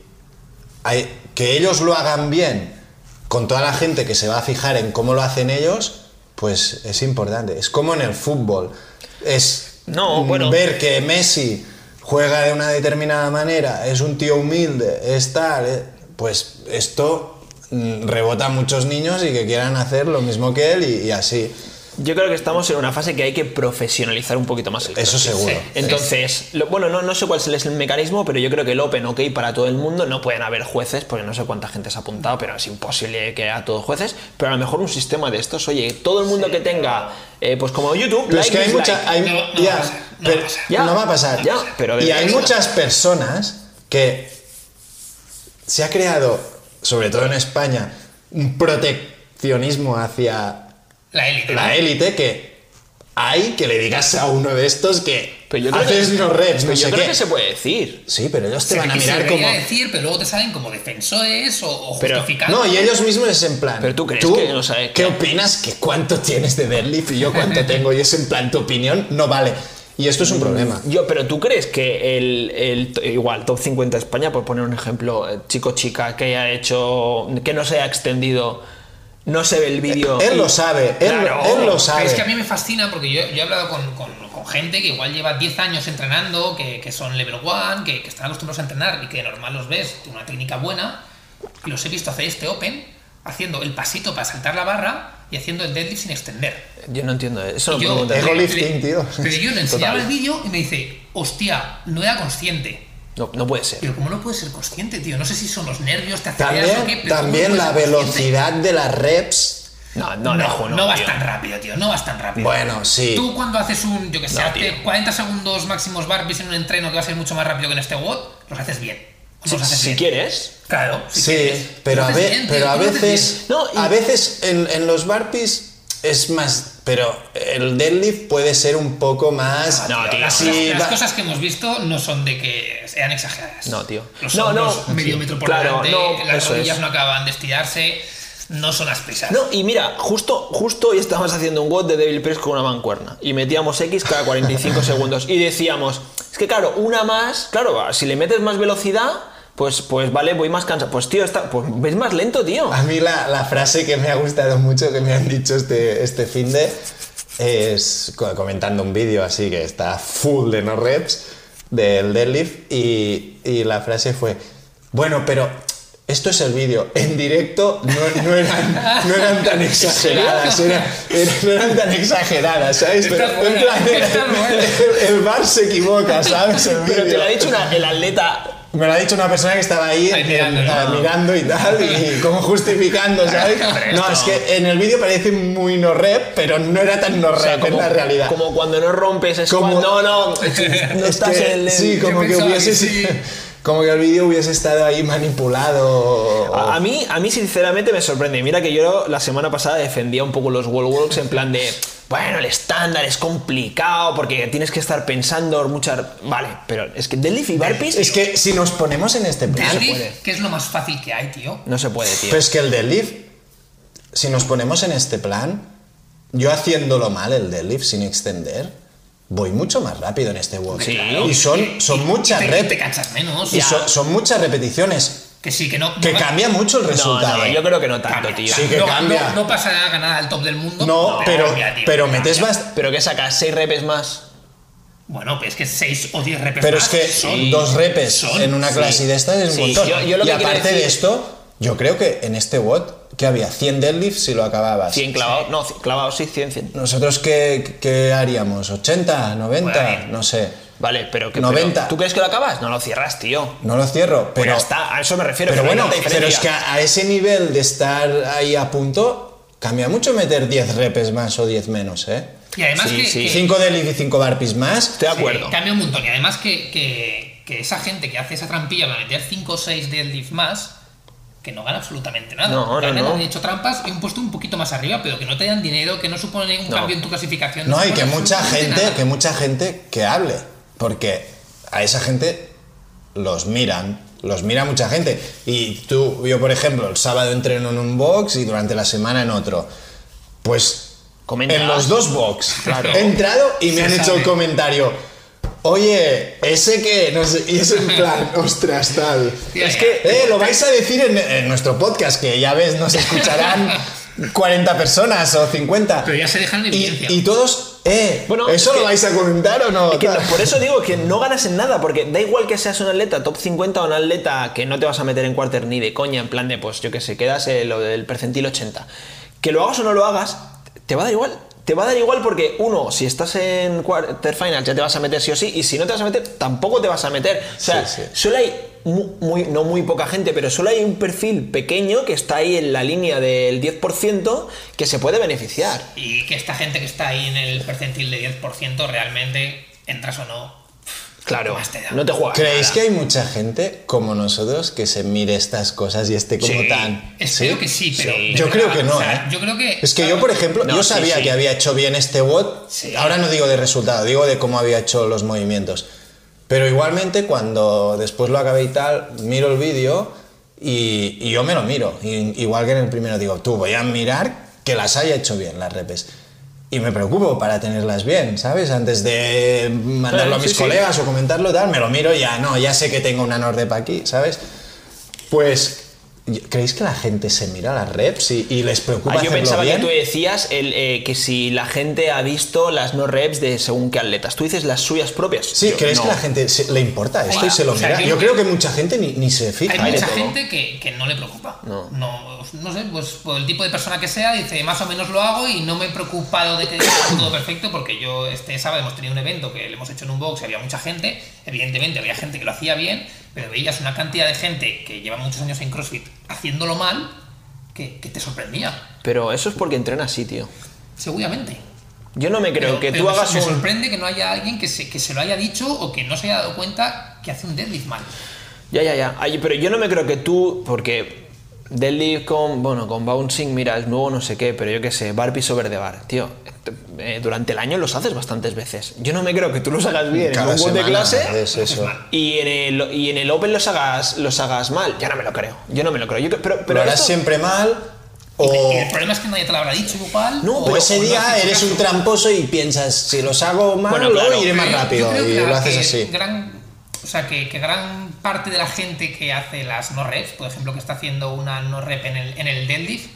Speaker 2: hay- que ellos lo hagan bien, con toda la gente que se va a fijar en cómo lo hacen ellos, pues es importante. Es como en el fútbol. Es
Speaker 1: No,
Speaker 2: mm,
Speaker 1: bueno.
Speaker 2: ver que Messi juega de una determinada manera, es un tío humilde, es tal, eh, pues esto mm, rebota a muchos niños y que quieran hacer lo mismo que él y, y así.
Speaker 1: Yo creo que estamos en una fase que hay que profesionalizar un poquito más el
Speaker 2: Eso
Speaker 1: CrossFit.
Speaker 2: seguro.
Speaker 3: Sí.
Speaker 1: Entonces, lo- bueno, no, no sé cuál es el mecanismo, pero yo creo que el Open OK para todo el mundo no pueden haber jueces, porque no sé cuánta gente se ha apuntado, pero es imposible que a todos jueces. Pero a lo mejor un sistema de estos, oye, todo el mundo que tenga, eh, pues como YouTube,
Speaker 2: Pero
Speaker 1: like,
Speaker 2: es que hay
Speaker 1: dislike.
Speaker 2: mucha. hay-
Speaker 3: No, no va
Speaker 2: ya,
Speaker 3: a pasar, no
Speaker 2: pero-
Speaker 3: va a pasar.
Speaker 1: Ya.
Speaker 2: no va a pasar.
Speaker 1: Ya, pero
Speaker 2: y
Speaker 1: debería
Speaker 2: hay
Speaker 1: pasar.
Speaker 2: muchas personas que se ha creado, sobre todo en España, un proteccionismo hacia
Speaker 3: La élite. ¿no?
Speaker 2: la élite que hay que le digas a uno de estos que
Speaker 1: Pero yo creo
Speaker 2: haces
Speaker 1: que-
Speaker 2: no reps,
Speaker 1: pero
Speaker 2: no
Speaker 1: yo
Speaker 2: sé
Speaker 1: creo
Speaker 2: qué.
Speaker 1: que se puede decir.
Speaker 2: Sí, pero ellos te
Speaker 3: Se-
Speaker 2: van a
Speaker 3: que se
Speaker 2: mirar
Speaker 3: debería
Speaker 2: como.
Speaker 3: decir, pero luego te salen como defensores o, o
Speaker 1: Pero-
Speaker 3: justificando.
Speaker 2: No, y ellos mismos es en plan.
Speaker 1: Pero tú crees que no sabe
Speaker 2: ¿Qué
Speaker 1: qué?
Speaker 2: opinas? ¿Que cuánto tienes de deadlift y yo cuánto tengo? Y es en plan, tu opinión no vale. Y esto es un problema.
Speaker 1: Yo, pero ¿tú crees que el, el- igual top 50 de España, por poner un ejemplo, eh, chico chica que haya hecho, que no se haya extendido, no se ve el vídeo?
Speaker 2: Él lo sabe, él,
Speaker 1: Claro.
Speaker 2: él lo
Speaker 3: Pero
Speaker 2: sabe.
Speaker 3: Es que a mí me fascina porque yo, yo he hablado con, con- con gente que igual lleva 10 años entrenando, que, que son level 1, que, que están acostumbrados a entrenar y que de normal los ves, tiene una técnica buena. Y los he visto hacer este open, haciendo el pasito para saltar la barra y haciendo el deadlift sin extender.
Speaker 1: Yo no entiendo eso. Lo
Speaker 3: Y yo-
Speaker 1: pregunto.
Speaker 2: Ego lifting, tío.
Speaker 3: Pero yo le enseñaba
Speaker 1: Total.
Speaker 3: el vídeo y me dice, hostia, no era consciente.
Speaker 1: No, no puede ser.
Speaker 3: Pero ¿cómo no puedes ser consciente, tío? No sé si son los nervios, te aceleras o qué,
Speaker 2: También,
Speaker 3: pero ¿cómo no
Speaker 2: también
Speaker 3: puedes
Speaker 2: la
Speaker 3: ser consciente?
Speaker 2: velocidad de las reps.
Speaker 1: No, no,
Speaker 3: No,
Speaker 1: Alejo, no,
Speaker 3: no vas
Speaker 1: tío.
Speaker 3: tan rápido, tío. No vas tan rápido.
Speaker 2: Bueno, sí.
Speaker 3: Tú cuando haces un, yo que sé,
Speaker 1: No,
Speaker 3: hazte
Speaker 1: tío.
Speaker 3: 40 segundos máximos barbies en un entreno que va a ser mucho más rápido que en este WOD, los haces bien. O
Speaker 1: Si,
Speaker 3: los haces
Speaker 1: si
Speaker 3: bien.
Speaker 1: quieres.
Speaker 3: Claro, si
Speaker 2: Sí,
Speaker 3: quieres.
Speaker 2: pero
Speaker 3: Los
Speaker 2: a,
Speaker 3: haces
Speaker 2: ve-
Speaker 3: bien, tío,
Speaker 2: pero a
Speaker 3: tú los haces
Speaker 2: veces,
Speaker 3: bien.
Speaker 1: No, y-
Speaker 2: a veces en, en los barpees es más, pero el deadlift puede ser un poco más.
Speaker 1: No, tío.
Speaker 3: Ah, Las,
Speaker 2: Sí,
Speaker 3: las- las
Speaker 2: va-
Speaker 3: cosas que hemos visto no son de que sean exageradas.
Speaker 1: No, tío.
Speaker 3: Los
Speaker 1: No, no.
Speaker 3: hombros medio metro por
Speaker 1: Claro,
Speaker 3: delante,
Speaker 1: no,
Speaker 3: las
Speaker 1: eso
Speaker 3: rodillas
Speaker 1: es.
Speaker 3: no acaban de estirarse, no son las prisas.
Speaker 1: No, y mira, justo, justo hoy estábamos haciendo un WOD de Devil Press con una mancuerna y metíamos X cada 45 segundos y decíamos, es que claro, una más, claro, va, si le metes más velocidad, pues, pues vale, voy más cansado. Pues tío, está, pues ves más lento, tío.
Speaker 2: A mí la, la frase que me ha gustado mucho que me han dicho este, este fin de es co- comentando un vídeo así que está full de no reps del deadlift y, y la frase fue, bueno, pero esto es el vídeo, en directo no, no eran, no eran tan exageradas, era- era- no eran tan exageradas, ¿sabes? Pero
Speaker 3: Está buena,
Speaker 2: en plan,
Speaker 3: está buena.
Speaker 2: el, el bar se equivoca, ¿sabes? El
Speaker 1: Pero te
Speaker 2: vídeo.
Speaker 1: lo ha dicho una- el atleta.
Speaker 2: Me lo ha dicho una persona que estaba ahí,
Speaker 3: Ahí
Speaker 2: en-
Speaker 3: mirando,
Speaker 2: en-
Speaker 3: ¿no?
Speaker 2: mirando y tal, y como justificando, ¿sabes?
Speaker 3: Hombre,
Speaker 2: No,
Speaker 3: esto-
Speaker 2: es que en el vídeo parece muy no rep, pero no era tan no rep
Speaker 1: o sea,
Speaker 2: en
Speaker 1: como,
Speaker 2: la realidad.
Speaker 1: como cuando no rompes es
Speaker 2: Como-
Speaker 1: cuando- no, no, no
Speaker 2: Es
Speaker 1: estás
Speaker 2: que-
Speaker 1: en el...
Speaker 2: sí, como que
Speaker 3: pensaba que
Speaker 2: hubiese,
Speaker 3: sí.
Speaker 2: como que el vídeo hubiese estado ahí manipulado. o-
Speaker 1: A, a mí, a mí sinceramente me sorprende. Mira que yo la semana pasada defendía un poco los wall walks en plan de, bueno, el estándar es complicado porque tienes que estar pensando muchas... Vale, pero es que deadlift y barpees
Speaker 2: es que si nos ponemos en este plan,
Speaker 3: Deadlift,
Speaker 1: puede.
Speaker 3: que es lo más fácil que hay, tío.
Speaker 1: no se puede, tío.
Speaker 2: pero es que el deadlift, si nos ponemos en este plan, yo haciéndolo mal el deadlift sin extender, voy mucho más rápido en este walk.
Speaker 1: Sí.
Speaker 2: Y son, son muchas
Speaker 3: te, Te
Speaker 2: reps.
Speaker 3: cansas menos.
Speaker 2: Y
Speaker 3: ya.
Speaker 2: son, son muchas repeticiones.
Speaker 3: Que sí, que no.
Speaker 2: Que
Speaker 3: no-
Speaker 2: cambia mucho el
Speaker 1: no,
Speaker 2: resultado. ¿eh?
Speaker 1: no, yo creo que no tanto, tío.
Speaker 2: Sí que
Speaker 3: no,
Speaker 2: cambia.
Speaker 3: No, no pasa nada ganar al top del mundo.
Speaker 2: No, pero,
Speaker 3: cambia, tío,
Speaker 2: pero
Speaker 3: cambia.
Speaker 2: metes bastante.
Speaker 1: Pero que sacas seis reps más.
Speaker 3: Bueno, pues es que 6 o 10 repes
Speaker 2: Pero es
Speaker 3: más
Speaker 2: que
Speaker 3: son-
Speaker 2: dos repes
Speaker 3: son-
Speaker 2: en una
Speaker 1: sí.
Speaker 2: clase de estas es un
Speaker 1: Sí,
Speaker 2: montón.
Speaker 1: yo- yo lo
Speaker 2: y
Speaker 1: que quiero
Speaker 2: aparte de
Speaker 1: decir-
Speaker 2: esto, yo creo que en este WOT, que había 100 deadlifts si lo acababas.
Speaker 1: 100 clavados, no, 100 clavados sí, 100, 100.
Speaker 2: ¿Nosotros qué, qué haríamos? ¿80? ¿90?
Speaker 3: Bueno.
Speaker 2: no sé.
Speaker 1: Vale, pero que...
Speaker 2: 90.
Speaker 1: ¿Tú crees que lo acabas? No lo cierras, tío.
Speaker 2: No lo cierro,
Speaker 1: Pero
Speaker 2: pero.
Speaker 1: Pues está, a eso me refiero.
Speaker 2: Pero
Speaker 1: que no hay
Speaker 2: bueno,
Speaker 1: tanta
Speaker 2: pero es que
Speaker 1: diferencia.
Speaker 2: a, a ese nivel de estar ahí a punto, cambia mucho meter 10 repes más o 10 menos, ¿eh?
Speaker 3: Y además
Speaker 1: Sí,
Speaker 3: que,
Speaker 1: sí.
Speaker 3: que-
Speaker 2: 5 deadlifts y 5 barpees más.
Speaker 1: Estoy de
Speaker 3: sí,
Speaker 1: acuerdo.
Speaker 3: cambia un montón. Y además que, que- que esa gente que hace esa trampilla para meter 5 o 6 deadlift más, que no gana absolutamente nada.
Speaker 1: No, no,
Speaker 3: Ganan,
Speaker 1: no.
Speaker 3: han hecho trampas en un puesto un poquito más arriba, pero que no te dan dinero, que no supone ningún
Speaker 1: No.
Speaker 3: cambio en tu clasificación.
Speaker 2: No, y que
Speaker 3: supone
Speaker 2: mucha
Speaker 3: absolutamente
Speaker 2: gente,
Speaker 3: nada.
Speaker 2: que mucha gente que hable, porque a esa gente los miran, los mira mucha gente. Y tú, yo por ejemplo, el sábado entreno en un box y durante la semana en otro. Pues
Speaker 1: Comenta.
Speaker 2: en los dos box
Speaker 1: Claro.
Speaker 2: he entrado y me
Speaker 3: Se
Speaker 2: han hecho
Speaker 3: sabe.
Speaker 2: el comentario. Oye, ese que no sé, y es en plan, ostras, tal.
Speaker 3: Tía,
Speaker 1: Es que-
Speaker 2: Eh, lo vais a decir en, en nuestro podcast, que ya ves, nos escucharán 40 personas o 50.
Speaker 3: Pero ya se dejan en
Speaker 2: Y-
Speaker 3: evidencia.
Speaker 2: Y, todos, eh,
Speaker 1: Bueno,
Speaker 2: ¿eso
Speaker 1: es
Speaker 2: lo
Speaker 1: que-
Speaker 2: vais a comentar o no?
Speaker 1: Es que no,
Speaker 2: Tal.
Speaker 1: por eso digo que no ganas en nada, porque da igual que seas un atleta top 50 o un atleta que no te vas a meter en quarter ni de coña, en plan de, pues yo que sé, quedas el, lo del percentil 80. Que lo hagas o no lo hagas, te va a dar igual. Te va a dar igual porque, uno, si estás en quarter final ya te vas a meter sí o sí, y si no te vas a meter, tampoco te vas a meter. O sea,
Speaker 2: Sí, sí.
Speaker 1: solo hay, mu- muy, no muy poca gente, pero solo hay un perfil pequeño que está ahí en la línea del 10% que se puede beneficiar.
Speaker 3: Y que esta gente que está ahí en el percentil de 10% realmente, entras o no.
Speaker 1: Claro,
Speaker 3: Más te da.
Speaker 1: no te juegas.
Speaker 2: ¿Creéis
Speaker 1: nada.
Speaker 2: que hay mucha gente como nosotros que se mire estas cosas y esté como
Speaker 1: Sí,
Speaker 2: tan...
Speaker 3: Espero que sí, pero. de
Speaker 2: Yo creo
Speaker 3: verdad,
Speaker 2: que no,
Speaker 3: o sea,
Speaker 2: ¿eh?
Speaker 3: Yo creo que.
Speaker 2: Es que yo, por ejemplo,
Speaker 1: No,
Speaker 2: yo
Speaker 1: sí,
Speaker 2: sabía
Speaker 1: sí.
Speaker 2: que había hecho bien este bot.
Speaker 3: Sí.
Speaker 2: Ahora no digo de resultado, digo de cómo había hecho los movimientos. Pero igualmente, cuando después lo acabé y tal, miro el vídeo y, y yo me lo miro. Y- igual que en el primero digo, tú voy a mirar que las haya hecho bien las repes. y me preocupo para tenerlas bien, ¿sabes? Antes de mandarlo
Speaker 1: Claro,
Speaker 2: a mis
Speaker 1: sí, sí.
Speaker 2: colegas o comentarlo, tal, me lo miro y ya, no, ya sé que tengo una Nordep aquí, ¿sabes? Pues, ¿creéis que la gente se mira las reps y, y les preocupa
Speaker 1: Ah, yo
Speaker 2: hacerlo
Speaker 1: pensaba
Speaker 2: bien?
Speaker 1: que tú decías el, eh, que si la gente ha visto las no reps de según qué atletas. Tú dices las suyas propias.
Speaker 2: Sí,
Speaker 1: Yo,
Speaker 2: ¿creéis
Speaker 1: no.
Speaker 2: que la gente se- le importa esto
Speaker 3: Hay-
Speaker 2: y se lo
Speaker 3: o sea,
Speaker 2: mira?
Speaker 3: yo-
Speaker 2: Yo creo que mucha gente ni, ni se fija.
Speaker 3: Hay
Speaker 1: de
Speaker 3: mucha
Speaker 1: todo.
Speaker 3: gente que, que no le preocupa.
Speaker 1: No.
Speaker 3: No, no sé, pues por el tipo de persona que sea, dice más o menos lo hago y no me he preocupado de que sea todo perfecto porque yo este sábado hemos tenido un evento que le hemos hecho en un box y había mucha gente. Evidentemente había gente que lo hacía bien, pero veías una cantidad de gente que lleva muchos años en CrossFit haciéndolo mal que, que te sorprendía,
Speaker 1: Pero eso es porque entrena así, tío.
Speaker 3: seguramente.
Speaker 1: Yo no me creo que tú
Speaker 3: me-
Speaker 1: hagas
Speaker 3: me
Speaker 1: un.
Speaker 3: sorprende que no haya alguien que se, que se lo haya dicho o que no se haya dado cuenta que hace un deadlift mal.
Speaker 1: Ya, ya, ya. Ay, pero yo no me creo que tú, porque deadlift con, bueno, con bouncing, mira, es nuevo no sé qué, pero yo qué sé, barpi sobre de bar, tío. eh, durante el año los haces bastantes veces. Yo no me creo que tú los hagas bien en
Speaker 2: Cada
Speaker 1: un buen de
Speaker 2: semana
Speaker 1: clase
Speaker 2: es eso.
Speaker 1: y en, el, y en el Open los hagas, los hagas mal. Ya no me lo creo. Yo no me lo creo. Yo, que- pero pero
Speaker 2: ¿Lo harás
Speaker 1: esto-
Speaker 2: siempre mal
Speaker 3: Y-
Speaker 2: o...
Speaker 3: Y el problema es que nadie te lo habrá dicho igual.
Speaker 1: No,
Speaker 2: O
Speaker 1: pero
Speaker 2: ese
Speaker 3: no
Speaker 2: día
Speaker 3: haces
Speaker 2: eres
Speaker 3: caso.
Speaker 2: un tramposo y piensas, si los hago mal,
Speaker 1: Bueno,
Speaker 2: lo
Speaker 1: claro.
Speaker 2: iré más
Speaker 3: Yo- yo
Speaker 2: rápido.
Speaker 3: creo que
Speaker 2: Y
Speaker 3: la-
Speaker 2: lo haces
Speaker 3: que
Speaker 2: así.
Speaker 3: Gran, o sea, que, que gran parte de la gente que hace las no reps, por ejemplo, que está haciendo una no rep en el, en el deadlift,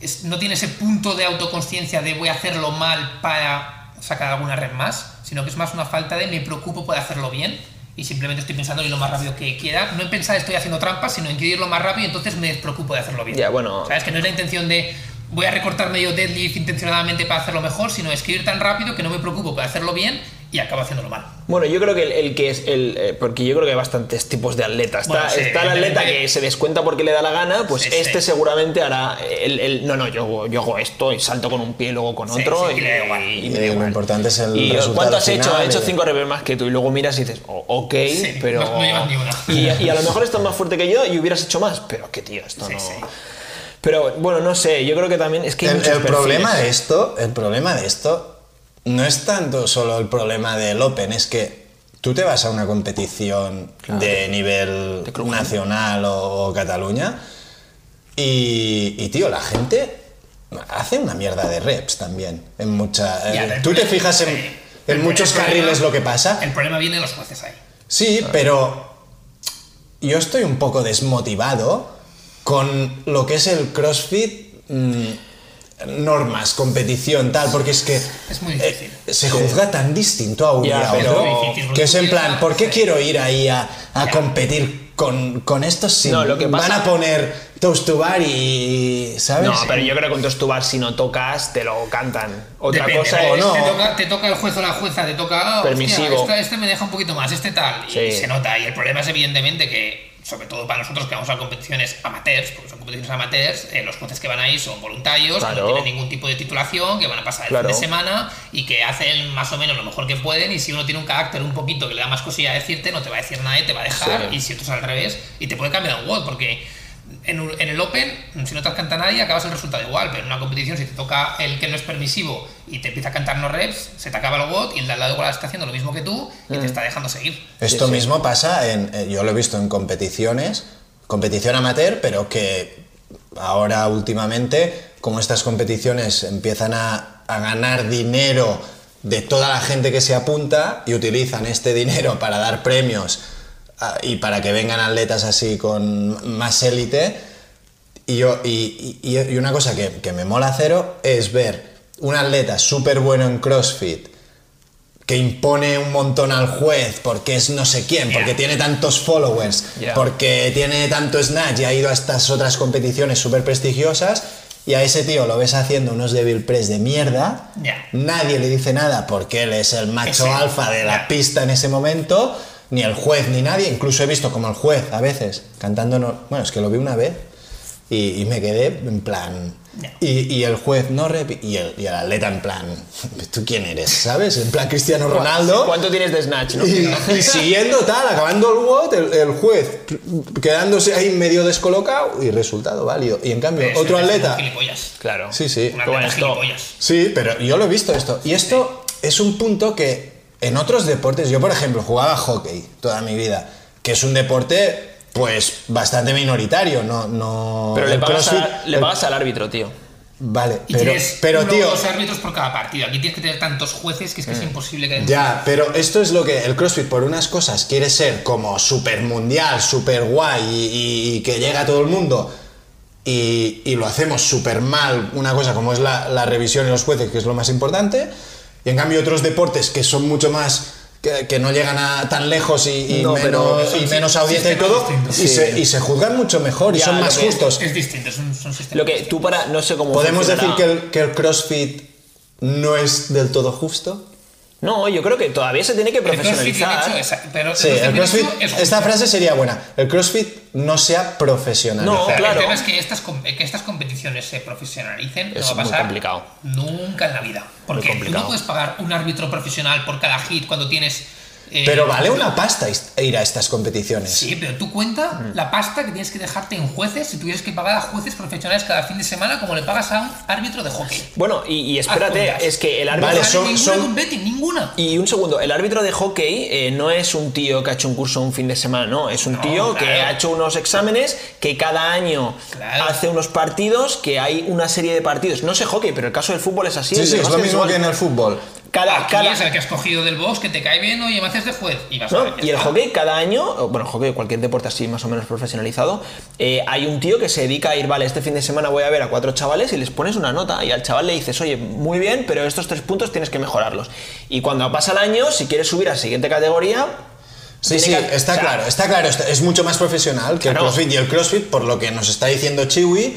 Speaker 3: es- no tiene ese punto de autoconsciencia de voy a hacerlo mal para sacar alguna rep más, sino que es más una falta de me preocupo por hacerlo bien y simplemente estoy pensando en ir lo más rápido que quiera. No en pensar estoy haciendo trampas, sino en quiero ir lo más rápido y entonces me despreocupo de hacerlo bien.
Speaker 1: Ya, bueno.
Speaker 3: ¿Sabes? Que no es la intención de voy a recortar medio deadlift intencionadamente para hacerlo mejor, sino es que ir tan rápido que no me preocupo por hacerlo bien y acabo haciéndolo mal.
Speaker 1: Bueno, yo creo que el, el que es el. eh, porque yo creo que hay bastantes tipos de atletas. Está,
Speaker 3: Bueno, sí,
Speaker 1: está el atleta
Speaker 3: evidentemente.
Speaker 1: que se descuenta porque le da la gana, pues
Speaker 3: Sí,
Speaker 1: este
Speaker 3: sí.
Speaker 1: seguramente hará. El, el- no, no, yo, hago- yo hago esto y salto con un pie, luego con
Speaker 3: Sí,
Speaker 1: otro.
Speaker 3: sí,
Speaker 1: y,
Speaker 3: y le da igual.
Speaker 1: y me
Speaker 2: Y
Speaker 1: da
Speaker 2: Eh, lo
Speaker 1: igual.
Speaker 2: importante es el
Speaker 1: Y,
Speaker 2: resultado
Speaker 1: ¿Cuánto has
Speaker 2: final eh,
Speaker 1: hecho? He hecho
Speaker 2: y-
Speaker 1: 5 revés más que tú. Y luego miras y dices, "O- ok,
Speaker 3: Sí,
Speaker 1: pero.
Speaker 3: no- no llevas ni una.
Speaker 1: Y, y a lo mejor estás más fuerte que yo y hubieras hecho más. Pero qué tío, esto
Speaker 3: Sí,
Speaker 1: no.
Speaker 3: sí.
Speaker 1: Pero bueno, no sé, yo creo que también. Es que hay
Speaker 2: El,
Speaker 1: muchos
Speaker 2: el problema
Speaker 1: perfiles.
Speaker 2: de esto, el problema de esto no es tanto solo el problema del Open, es que tú te vas a una competición de nivel
Speaker 1: Te crujen.
Speaker 2: nacional o, o Cataluña y, y, tío, la gente hace una mierda de reps también. En mucha,
Speaker 3: Ya,
Speaker 2: eh,
Speaker 3: pero
Speaker 2: tú
Speaker 3: el
Speaker 2: te
Speaker 3: problema-
Speaker 2: fijas en,
Speaker 3: sí.
Speaker 2: en
Speaker 3: El-
Speaker 2: muchos
Speaker 3: el problema-
Speaker 2: carriles lo que pasa.
Speaker 3: El problema viene de los jueces ahí.
Speaker 2: Sí, pero yo estoy un poco desmotivado con lo que es el CrossFit, mm, normas, competición, tal, porque es que
Speaker 3: Es muy difícil.
Speaker 2: eh, se juzga tan distinto a uno
Speaker 1: Ya,
Speaker 2: y a
Speaker 1: pero-
Speaker 2: otro,
Speaker 3: Es muy difícil,
Speaker 2: que es en plan, ¿por qué
Speaker 3: sí.
Speaker 2: quiero ir ahí a, a
Speaker 3: Ya.
Speaker 2: competir con, con estos si
Speaker 1: No, lo que
Speaker 2: van
Speaker 1: pasa-
Speaker 2: a poner toast to bar y, ¿sabes?
Speaker 1: No, pero yo creo que con Tostubar si no tocas, te lo cantan. Otra
Speaker 3: Depende,
Speaker 1: cosa
Speaker 3: ¿vale?
Speaker 1: es.
Speaker 2: no.
Speaker 3: Te toca, te toca el juez o la jueza, te toca. ah,
Speaker 1: Permisivo.
Speaker 3: hostia, este, este me deja un poquito más, este tal. Y
Speaker 1: Sí.
Speaker 3: se nota. Y el problema es, evidentemente, que, sobre todo para nosotros que vamos a competiciones amateurs, porque son competiciones amateurs, eh, los jueces que van ahí son voluntarios, que
Speaker 1: Claro.
Speaker 3: no tienen ningún tipo de titulación, que van a pasar el
Speaker 1: Claro.
Speaker 3: fin de semana y que hacen más o menos lo mejor que pueden. Y si uno tiene un carácter un poquito que le da más cosilla a decirte, no te va a decir nada y te va a dejar.
Speaker 1: Sí.
Speaker 3: Y si otro es al revés, y te puede cambiar un WOD, porque. En, un- en el Open, si no te canta nadie, acabas el resultado igual, pero en una competición, si te toca el que no es permisivo y te empieza a cantar no reps, se te acaba el WOD y el de al lado igual está haciendo lo mismo que tú y
Speaker 1: Mm.
Speaker 3: te está dejando seguir.
Speaker 2: Esto
Speaker 1: Sí, sí.
Speaker 2: mismo pasa en. eh, Yo lo he visto en competiciones, competición amateur, pero que ahora últimamente, como estas competiciones empiezan a, a ganar dinero de toda la gente que se apunta y utilizan este dinero para dar premios ah, y para que vengan atletas así con más élite, y, yo, y, y- y una cosa que, que me mola cero es ver un atleta súper bueno en CrossFit que impone un montón al juez porque es no sé quién, porque
Speaker 3: Yeah.
Speaker 2: tiene tantos followers,
Speaker 1: Yeah.
Speaker 2: porque tiene tanto snatch y ha ido a estas otras competiciones súper prestigiosas y a ese tío lo ves haciendo unos devil press de mierda,
Speaker 3: Yeah.
Speaker 2: nadie le dice nada porque él es el macho
Speaker 3: Ese-
Speaker 2: alfa de la
Speaker 3: Yeah.
Speaker 2: pista en ese momento, ni el juez ni nadie, incluso he visto como el juez a veces cantando, no- bueno, es que lo vi una vez y, y me quedé en plan.
Speaker 3: No.
Speaker 2: Y, y el juez no rep y el, y el atleta en plan, ¿tú quién eres? ¿Sabes? En plan Cristiano Ronaldo.
Speaker 1: ¿Cuánto tienes de Snatch? No?
Speaker 2: Y, y siguiendo tal, acabando el WOT, el, el juez quedándose ahí medio descolocado y resultado válido. Y en cambio,
Speaker 3: Eso
Speaker 2: otro
Speaker 3: es un
Speaker 2: atleta.
Speaker 3: gilipollas.
Speaker 1: Claro.
Speaker 2: Sí, sí.
Speaker 1: Pero
Speaker 3: Un atleta
Speaker 1: bueno, esto-
Speaker 3: gilipollas.
Speaker 2: Sí, pero yo lo he visto esto. Y esto es un punto que en otros deportes, yo por ejemplo jugaba hockey toda mi vida, que es un deporte pues bastante minoritario, no... no
Speaker 1: Pero le
Speaker 2: el
Speaker 1: pagas, a-
Speaker 2: CrossFit-
Speaker 1: le
Speaker 2: el-
Speaker 1: pagas al árbitro, tío.
Speaker 2: Vale,
Speaker 3: Y
Speaker 2: pero,
Speaker 3: tienes
Speaker 2: pero
Speaker 3: uno o
Speaker 2: tío,
Speaker 3: dos árbitros por cada partido. Aquí tienes que tener tantos jueces que es que
Speaker 1: Mm.
Speaker 3: es imposible que...
Speaker 2: Ya, pero esto es lo que el CrossFit por unas cosas quiere ser como super mundial, super guay y, y- y que llega a todo el mundo y, y lo hacemos super mal, una cosa como es la, la revisión y los jueces, que es lo más importante, y en cambio otros deportes que son mucho más... Que, que no llegan a tan lejos y, y
Speaker 1: No, pero
Speaker 2: menos,
Speaker 1: son
Speaker 2: y menos audiencia y
Speaker 3: sistemas
Speaker 2: todo, y,
Speaker 3: distintos.
Speaker 1: Sí.
Speaker 2: se, y se juzgan mucho mejor y
Speaker 1: Ya,
Speaker 2: son
Speaker 1: lo
Speaker 2: más
Speaker 1: que-
Speaker 2: justos.
Speaker 3: Es distinto, son, son sistemas.
Speaker 1: Lo que tú para, no sé cómo...
Speaker 2: ¿Podemos decir
Speaker 1: funcionará.
Speaker 2: que el, que el CrossFit no es del todo justo?
Speaker 1: No, yo creo que todavía se tiene que
Speaker 3: El CrossFit bien
Speaker 1: profesionalizar.
Speaker 3: hecho es- pero
Speaker 2: Sí, el
Speaker 3: bien
Speaker 2: CrossFit,
Speaker 3: hecho es
Speaker 2: esta frase sería buena. El CrossFit no se ha profesionalizado.
Speaker 1: No, claro.
Speaker 3: El tema es que estas, com- que estas competiciones se profesionalicen.
Speaker 1: Es
Speaker 3: no va a
Speaker 1: muy
Speaker 3: pasar
Speaker 1: complicado.
Speaker 3: Nunca en la vida. Porque tú
Speaker 1: complicado.
Speaker 3: no puedes pagar un árbitro profesional por cada hit cuando tienes. eh,
Speaker 2: Pero vale una pasta ist- ir a estas competiciones.
Speaker 3: Sí, pero tú cuenta
Speaker 1: Mm.
Speaker 3: la pasta que tienes que dejarte en jueces si tuvieras que pagar a jueces profesionales cada fin de semana como le pagas a un árbitro de hockey.
Speaker 1: Bueno, y, y espérate,
Speaker 3: cuentas.
Speaker 1: es que el árbitro...
Speaker 2: Vale,
Speaker 3: No sale
Speaker 2: son-
Speaker 3: ninguna
Speaker 2: son-
Speaker 3: de un betting, ninguna.
Speaker 1: Y un segundo, el árbitro de hockey eh, no es un tío que ha hecho un curso un fin de semana, no, es un
Speaker 3: No,
Speaker 1: tío que
Speaker 3: claro.
Speaker 1: ha hecho unos exámenes, que cada año
Speaker 3: Claro.
Speaker 1: hace unos partidos, que hay una serie de partidos. No sé hockey, pero el caso del fútbol es así.
Speaker 2: Sí,
Speaker 1: el
Speaker 2: sí,
Speaker 1: del
Speaker 2: es lo
Speaker 1: básquet
Speaker 2: mismo
Speaker 1: igual.
Speaker 2: que en el fútbol.
Speaker 1: Cada,
Speaker 3: Aquí
Speaker 1: cada,
Speaker 3: es el que has cogido del box que te cae bien, oye, me haces de juez. Y, vas a
Speaker 1: ¿no?
Speaker 3: ver, ya
Speaker 1: Y el
Speaker 3: está.
Speaker 1: hockey cada año, o, bueno, hockey, cualquier deporte así más o menos profesionalizado, eh, hay un tío que se dedica a ir, vale, este fin de semana voy a ver a cuatro chavales y les pones una nota y al chaval le dices, oye, muy bien, pero estos tres puntos tienes que mejorarlos. Y cuando pasa el año, si quieres subir a la siguiente categoría...
Speaker 2: Sí,
Speaker 1: tiene
Speaker 2: sí,
Speaker 1: que-
Speaker 2: está
Speaker 1: o sea,
Speaker 2: claro, está claro. está- es mucho más profesional que
Speaker 1: Claro.
Speaker 2: el CrossFit. Y el CrossFit, por lo que nos está diciendo Chiwi,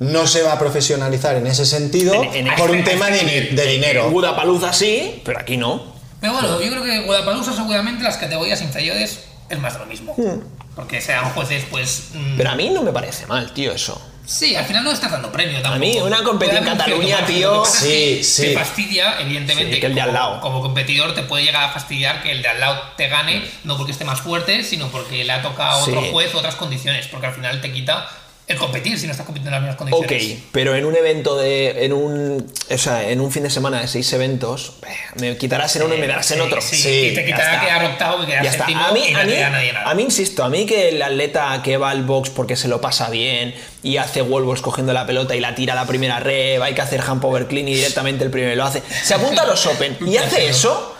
Speaker 2: no se va a profesionalizar en ese sentido
Speaker 1: En- este en-
Speaker 2: por un tema de, ni- de dinero.
Speaker 3: Oh.
Speaker 1: Buda Paluza sí, pero aquí no.
Speaker 3: Pero bueno, yo creo que Guadalajara seguramente las categorías inferiores es más de lo mismo. Porque sean jueces, pues. mm,
Speaker 1: Hmm. Pero a mí no me parece mal, tío, eso.
Speaker 3: Sí, al final no estás dando premio tampoco.
Speaker 1: A mí, una competición en
Speaker 3: Puede haber un
Speaker 1: Cataluña,
Speaker 3: cierto
Speaker 1: tío,
Speaker 3: margen. Lo que pasa es
Speaker 2: sí,
Speaker 3: que
Speaker 2: sí.
Speaker 3: Te fastidia, evidentemente.
Speaker 1: Sí, que el de al
Speaker 3: como-
Speaker 1: lado.
Speaker 3: Como competidor te puede llegar a fastidiar que el de al lado te gane, no porque esté más fuerte, sino porque le ha tocado
Speaker 1: Hmm. Sí.
Speaker 3: otro juez, otras condiciones. Porque al final te quita el competir si no estás compitiendo en las mismas
Speaker 1: Ok,
Speaker 3: condiciones.
Speaker 1: pero en un evento de. En un, o sea, en un fin de semana de seis eventos, eh, me quitarás en uno y me darás en
Speaker 3: Sí,
Speaker 1: otro.
Speaker 3: Sí,
Speaker 2: Sí,
Speaker 3: y te
Speaker 1: ya
Speaker 3: quitará
Speaker 1: está.
Speaker 3: quedar octavo, que quedar
Speaker 1: Ya está.
Speaker 3: séptimo
Speaker 1: A mí,
Speaker 3: y no
Speaker 1: a,
Speaker 3: te
Speaker 1: mí,
Speaker 3: dirá nadie nada.
Speaker 1: a mí, insisto, a mí que el atleta que va al box porque se lo pasa bien y hace wallballs cogiendo la pelota y la tira a la primera rev, hay que hacer handpower clean y directamente el primero lo hace. Se apunta a los Open y hace eso.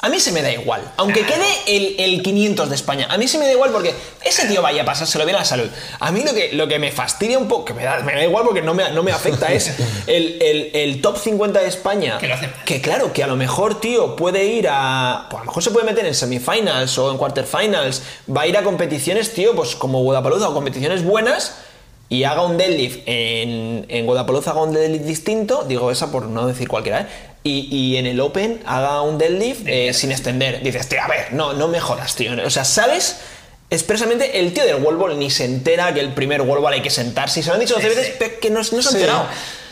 Speaker 1: A mí se me da igual, aunque quede el, el 500 de España. A mí se me da igual porque ese tío vaya a pasárselo bien a la salud. A mí lo que, lo que me fastidia un poco, que me da, me da igual porque no me, no me afecta, es el, el- el top 50 de España.
Speaker 3: Que lo hace mal.
Speaker 1: Que claro, que a lo mejor, tío, puede ir a. Pues a lo mejor se puede meter en semifinals o en quarterfinals. Va a ir a competiciones, tío, pues como Guadalajara o competiciones buenas. Y haga un deadlift en, en Guadalajara, haga un deadlift distinto. Digo esa por no decir cualquiera, ¿eh? Y, y en el Open haga un deadlift eh, sin extender. Dices, tío, a ver, no, no me jodas, tío. O sea, ¿sabes? Expresamente el tío del wall ball ni se entera que el primer wall ball hay que sentarse. Y se lo han dicho 12
Speaker 3: Sí,
Speaker 1: veces,
Speaker 3: sí.
Speaker 1: pero que no, no se han
Speaker 2: Sí.
Speaker 1: enterado.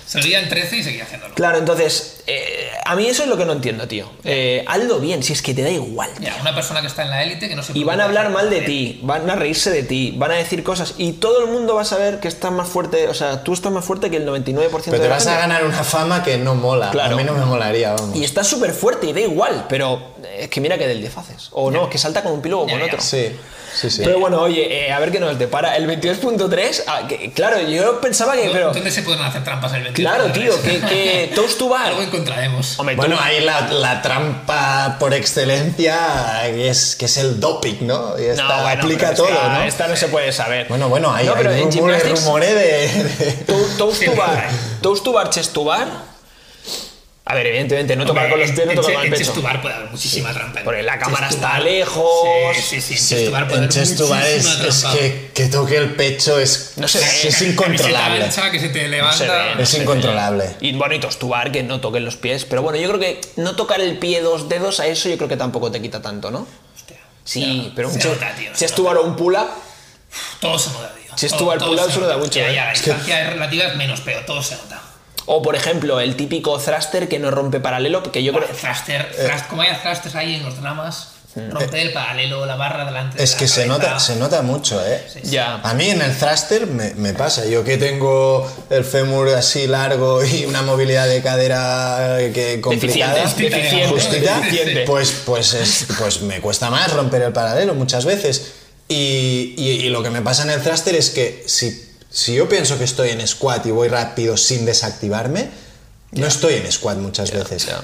Speaker 3: Se olvida en 13 y seguía haciéndolo.
Speaker 1: Claro, entonces, eh, a mí eso es lo que no entiendo, tío. Eh, hazlo bien, si es que te da igual. tío.
Speaker 3: Ya, una persona que está en la élite que no se
Speaker 1: Y van
Speaker 3: preocupa
Speaker 1: a hablar
Speaker 3: por
Speaker 1: mal de
Speaker 3: nadie.
Speaker 1: ti, van a reírse de ti, van a decir cosas y todo el mundo va a saber que estás más fuerte, o sea, tú estás más fuerte que el 99%
Speaker 2: Pero
Speaker 1: de
Speaker 2: te
Speaker 1: la
Speaker 2: vas a
Speaker 1: gente.
Speaker 2: ganar una fama que no mola.
Speaker 1: Claro.
Speaker 2: A mí no me molaría, vamos.
Speaker 1: Y estás súper fuerte y da igual, pero eh, es que mira que del 10 haces. O no,
Speaker 3: Ya.
Speaker 1: es que salta con un pilo o
Speaker 3: Ya,
Speaker 1: con
Speaker 3: ya.
Speaker 1: otro.
Speaker 2: Sí, sí, sí.
Speaker 1: Pero bueno, oye, eh, a ver qué nos depara. El 22.3, ah, que- claro, yo pensaba que... Pero,
Speaker 3: ¿Dónde se pueden hacer trampas el 21?
Speaker 1: claro, tío, que, que Toast to Bar.
Speaker 3: Algo encontraremos.
Speaker 1: Hombre,
Speaker 2: Bueno, ahí la, la trampa por excelencia es que es el doping, ¿no? Y esta
Speaker 1: bueno,
Speaker 2: aplica
Speaker 1: pero
Speaker 2: todo,
Speaker 1: esta,
Speaker 2: ¿no?
Speaker 1: Esta no se puede saber.
Speaker 2: Bueno, bueno, hay,
Speaker 1: No, pero
Speaker 2: hay
Speaker 1: en
Speaker 2: rumores,
Speaker 1: gymnastics,
Speaker 2: rumores de, de-
Speaker 1: to- Toast to bar, toast to bar, chest to bar. A ver, evidentemente, no tocar con los pies, no tocar con el pecho.
Speaker 3: Chestubar puede haber muchísima trampa. ¿eh?
Speaker 1: Porque la cámara
Speaker 3: Chest to
Speaker 1: está
Speaker 3: bar.
Speaker 1: lejos.
Speaker 3: Sí, sí, sí. En
Speaker 2: Sí,
Speaker 3: Chest to bar puede
Speaker 2: en
Speaker 3: haber
Speaker 2: chest to bar es,
Speaker 3: muchísima
Speaker 2: es
Speaker 3: trampa.
Speaker 2: que, que toque el pecho es,
Speaker 1: No se
Speaker 2: es,
Speaker 1: ve,
Speaker 2: es
Speaker 1: camiseta
Speaker 2: incontrolable.
Speaker 3: Camiseta ancha que se te
Speaker 1: se
Speaker 3: levanta.
Speaker 1: ve.
Speaker 2: Es incontrolable.
Speaker 1: Y bueno, y toast to bar, que no toquen los pies. Pero bueno, yo creo que no tocar el pie dos dedos a eso yo creo que tampoco te quita tanto, ¿no?
Speaker 3: Hostia.
Speaker 1: Sí,
Speaker 3: Ya,
Speaker 1: pero un
Speaker 3: se
Speaker 1: chest-
Speaker 3: nota, tío, se
Speaker 1: chest to bar o un pull-up,
Speaker 3: Todo se nota, tío.
Speaker 1: Chest to
Speaker 3: Todo-
Speaker 1: bar
Speaker 3: todo
Speaker 1: pull-up
Speaker 3: se
Speaker 1: se nota
Speaker 3: nota.
Speaker 1: mucho,
Speaker 3: Ya,
Speaker 1: ¿eh?
Speaker 3: ya, La
Speaker 1: Es
Speaker 2: que-
Speaker 3: distancia relativa es menos, pero todo se nota.
Speaker 1: o por ejemplo, el típico thruster que no rompe paralelo, que yo creo...
Speaker 2: Ah,
Speaker 1: Eh.
Speaker 3: Thruster, thrust- como haya thrusters ahí en los dramas,
Speaker 1: Mm.
Speaker 3: romper el paralelo, la barra delante. de
Speaker 2: Es
Speaker 3: la
Speaker 2: que se
Speaker 3: cabeza.
Speaker 2: nota, se nota mucho, ¿eh?
Speaker 3: Sí, sí.
Speaker 1: Ya.
Speaker 2: A mí en el thruster me, me pasa, yo que tengo el fémur así largo y una movilidad de cadera eh, que complicada,
Speaker 1: Deficiente,
Speaker 3: deficiente,
Speaker 2: justita,
Speaker 1: deficiente.
Speaker 2: pues, pues, es- pues me cuesta más romper el paralelo muchas veces. Y, y- y lo que me pasa en el thruster es que si, si yo pienso que estoy en squat y voy rápido sin desactivarme, no estoy en squat muchas veces.
Speaker 1: ya.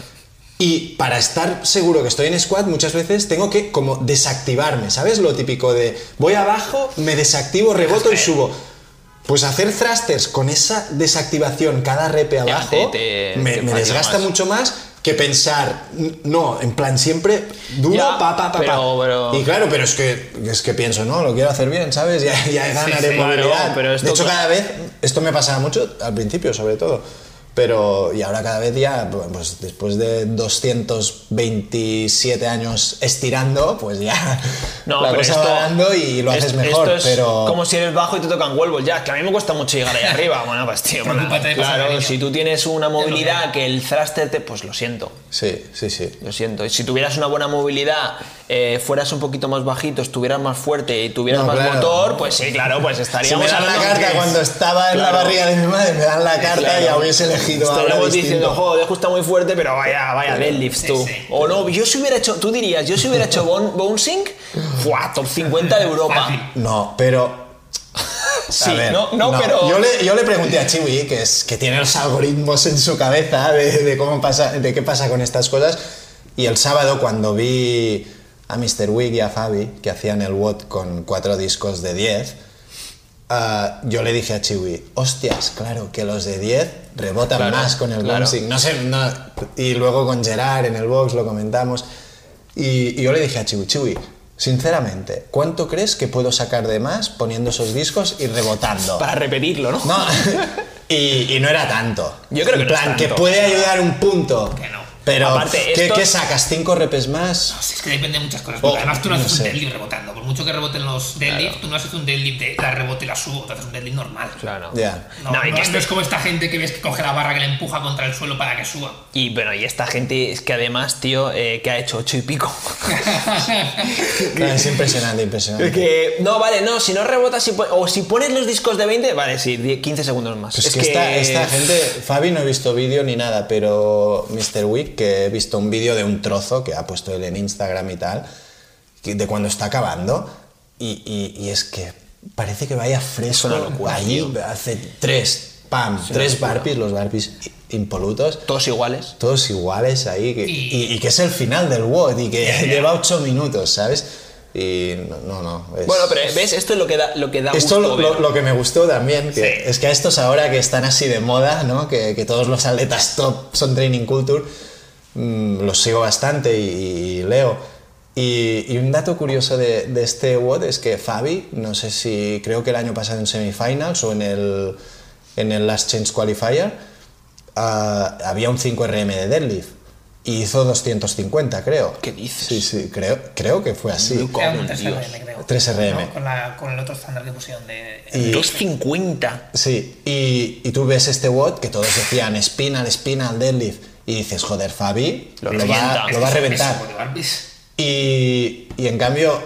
Speaker 2: Y para estar seguro que estoy en squat, muchas veces tengo que como desactivarme, ¿sabes? Lo típico de voy abajo, me desactivo, reboto y subo. Pues hacer thrusters con esa desactivación cada repe
Speaker 1: Ya,
Speaker 2: abajo
Speaker 1: te- te-
Speaker 2: me,
Speaker 1: te
Speaker 2: me
Speaker 1: fatiga
Speaker 2: desgasta
Speaker 1: más.
Speaker 2: mucho más que pensar, "N- no, en plan siempre duro,
Speaker 1: Ya,
Speaker 2: pa, pa, pa, pa".
Speaker 1: pero- pero-
Speaker 2: Y claro, pero es que, es que pienso, no, lo quiero hacer bien, ¿sabes? Ya, ya ganaré
Speaker 3: sí,
Speaker 1: claro,
Speaker 2: movilidad.
Speaker 1: pero esto-
Speaker 2: de hecho, cada vez, esto me pasaba mucho al principio, sobre todo. Pero, y ahora cada vez ya, pues después de 227 años estirando, pues ya
Speaker 1: No,
Speaker 2: la
Speaker 1: pero
Speaker 2: cosa
Speaker 1: esto-
Speaker 2: va dando y lo
Speaker 1: es-
Speaker 2: haces mejor.
Speaker 1: Esto es
Speaker 2: pero
Speaker 1: como si eres bajo y te tocan huevos ya, que a mí me cuesta mucho llegar ahí arriba. Bueno, pues tío, bueno,
Speaker 3: Preocúpate de pasar
Speaker 1: claro,
Speaker 3: el
Speaker 1: si tú tienes una movilidad
Speaker 3: hay.
Speaker 1: que el thruster te, pues lo siento.
Speaker 2: Sí, sí, sí.
Speaker 1: Lo siento. Y si tuvieras una buena movilidad, eh, fueras un poquito más bajito, estuvieras más fuerte y tuvieras
Speaker 2: No,
Speaker 1: más
Speaker 2: claro.
Speaker 1: motor, pues sí, claro, pues
Speaker 2: Si me
Speaker 1: estaríamos
Speaker 2: dan la
Speaker 1: hablando
Speaker 2: carta
Speaker 1: que-
Speaker 2: cuando estaba en
Speaker 1: Claro.
Speaker 2: la barriga de mi madre, me dan la carta y ya hubiese elegido ahora
Speaker 1: Estaríamos
Speaker 2: distinto.
Speaker 1: diciendo, joder, Dejo está muy fuerte, pero vaya, vaya, deadlifts
Speaker 3: Sí,
Speaker 1: tú.
Speaker 3: sí.
Speaker 1: o no, yo si hubiera hecho, tú dirías, yo si hubiera hecho bon- bouncing, ¡fua! Top 50 de
Speaker 3: Fácil.
Speaker 1: Europa.
Speaker 2: No, pero.
Speaker 1: Sí,
Speaker 2: A ver,
Speaker 1: no, no, pero.
Speaker 2: Yo le, yo le pregunté a Chiwi, que, es, que tiene los algoritmos en su cabeza de, de cómo pasa, de qué pasa con estas cosas. Y el sábado, cuando vi a Mr. Wig y a Fabi, que hacían el WOT con cuatro discos de 10, ah, yo le dije a Chiwi, hostias, claro, que los de 10 rebotan
Speaker 1: Claro,
Speaker 2: más con el
Speaker 1: claro.
Speaker 2: bouncing. No sé, no- y luego con Gerard en el box lo comentamos. Y, y yo le dije a Chiwi, Chiwi, sinceramente, ¿cuánto crees que puedo sacar de más poniendo esos discos y rebotando?
Speaker 1: Para repetirlo, ¿no?
Speaker 2: No, y, y no era tanto.
Speaker 1: Yo creo que
Speaker 2: En
Speaker 1: no es
Speaker 2: plan,
Speaker 1: tanto.
Speaker 2: que puede ayudar un punto.
Speaker 3: Que no.
Speaker 2: Pero,
Speaker 1: Aparte,
Speaker 2: ¿qué,
Speaker 1: esto-
Speaker 2: qué sacas? ¿Cinco repes más?
Speaker 3: No sé, es que depende de muchas cosas. Porque
Speaker 2: Oh,
Speaker 3: además tú no
Speaker 2: no
Speaker 3: haces
Speaker 2: sé.
Speaker 3: un deadlift rebotando. Por mucho que reboten los deadlift, tú no haces un deadlift de la rebote y la subo, te haces un deadlift normal.
Speaker 1: Claro.
Speaker 2: Ya.
Speaker 3: No,
Speaker 1: No, y
Speaker 3: no-
Speaker 1: que
Speaker 3: no
Speaker 1: este-
Speaker 3: es como esta gente que ves que coge la barra que le empuja contra el suelo para que suba.
Speaker 1: Y bueno, y esta gente es que además, tío, eh, que ha hecho ocho y pico.
Speaker 2: Claro, es impresionante, impresionante.
Speaker 1: Es que, no, vale, no, si no rebotas si pon- o si pones los discos de 20, vale, sí, 10, 15 segundos más.
Speaker 2: Pues es que, Esta, esta gente, Fabi no he visto vídeo ni nada, pero Mr. Wick, que he visto un vídeo de un trozo que ha puesto él en Instagram y tal, que- de cuando está acabando, y, y- y es que parece que vaya fresco
Speaker 1: una locura,
Speaker 2: allí, hace tres, pam, tres barpis, los barpis impolutos,
Speaker 1: Todos iguales.
Speaker 2: todos iguales ahí, que-
Speaker 3: Y-
Speaker 2: y, y que es el final del WOD y que lleva ocho minutos, ¿sabes? Y no, no, no. es-
Speaker 1: Bueno, pero ves, esto es lo que da, lo que da
Speaker 2: esto
Speaker 1: gusto
Speaker 2: lo, lo-
Speaker 1: ver.
Speaker 2: lo que me gustó también, que
Speaker 3: Sí.
Speaker 2: es que a estos ahora que están así de moda, ¿no? que, que todos los atletas top son training culture, mm, los sigo bastante y, y leo. Y, y un dato curioso de, de este WOD es que Fabi, no sé si creo que el año pasado en semifinals o en el, en el Last Change Qualifier, ah, había un 5RM de deadlift. Y hizo 250, creo.
Speaker 1: ¿Qué dices?
Speaker 2: Sí, sí, creo, creo que fue así.
Speaker 1: Muy
Speaker 3: Era
Speaker 1: Con
Speaker 3: un 3RM,
Speaker 1: Dios.
Speaker 3: creo.
Speaker 2: 3RM.
Speaker 3: ¿no? Con, la- con el otro estándar que pusieron de.
Speaker 2: Y-
Speaker 1: 250.
Speaker 2: Sí, y, y tú ves este WOD que todos decían espina, espina, al deadlift, y dices, joder, Fabi,
Speaker 1: Lo
Speaker 2: lo,
Speaker 1: revienta.
Speaker 2: va,
Speaker 1: Es
Speaker 2: lo va a reventar.
Speaker 3: Pero
Speaker 2: Y, y en cambio,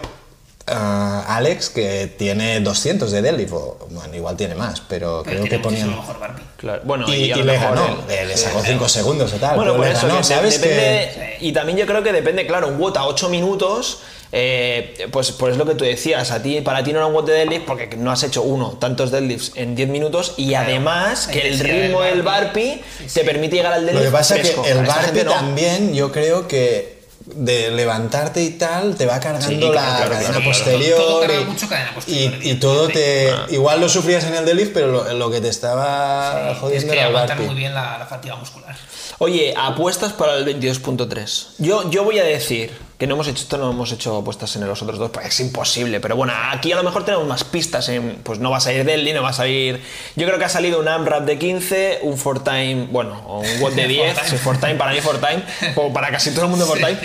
Speaker 2: ah, Alex, que tiene 200 de deadlift, o, bueno, igual tiene más, pero, creo que
Speaker 3: pues, tiene
Speaker 2: ponían...
Speaker 3: muchísimo mejor Barbie.
Speaker 1: Claro. Bueno,
Speaker 2: y,
Speaker 1: y, a
Speaker 2: y
Speaker 1: lo
Speaker 2: le
Speaker 1: mejor
Speaker 2: ganó, eh.
Speaker 1: el-
Speaker 2: le, le sacó 5 segundos o tal,
Speaker 1: Bueno,
Speaker 2: pero
Speaker 1: por
Speaker 2: le
Speaker 1: eso,
Speaker 2: ganó,
Speaker 1: que
Speaker 2: ¿sabes?
Speaker 1: depende
Speaker 2: Que...
Speaker 1: de- Y también yo creo que depende, claro, un WOT a 8 minutos, eh, pues, pues es lo que tú decías, a ti, para ti no era un WOT de deadlift porque no has hecho uno, tantos deadlifts en 10 minutos y además
Speaker 3: la
Speaker 1: que el
Speaker 3: intensidad del
Speaker 1: ritmo del
Speaker 3: barpi.
Speaker 1: barpi te permite llegar al
Speaker 2: Lo
Speaker 1: deadlift
Speaker 2: que pasa es
Speaker 1: fresco.
Speaker 2: que el
Speaker 1: A esta
Speaker 2: barbe
Speaker 1: gente no.
Speaker 2: también, yo creo que de levantarte y tal, te va cargando
Speaker 1: Sí, claro,
Speaker 2: la
Speaker 1: claro,
Speaker 2: cadena
Speaker 1: claro, claro.
Speaker 2: posterior.
Speaker 3: Todo carga
Speaker 2: y-
Speaker 3: mucho cadena posterior,
Speaker 2: Y, y todo te.
Speaker 1: Ah.
Speaker 2: Igual lo sufrías en el deadlift, pero lo, lo que te estaba
Speaker 3: Tienes
Speaker 2: jodiendo
Speaker 3: que
Speaker 2: era el
Speaker 3: aguantar
Speaker 2: barpi.
Speaker 3: muy bien la, la fatiga muscular.
Speaker 1: Oye, apuestas para el 22.3. Yo, yo voy a decir que no hemos hecho esto, no hemos hecho apuestas en los otros dos, porque es imposible. Pero bueno, aquí a lo mejor tenemos más pistas. en- pues no va a salir Delhi, no va a salir. Yo creo que ha salido un AMRAP de 15, un 4time, bueno, o un WOT de 10.
Speaker 3: Four time.
Speaker 1: sí, four time, para mí 4time, o para casi todo el mundo 4time.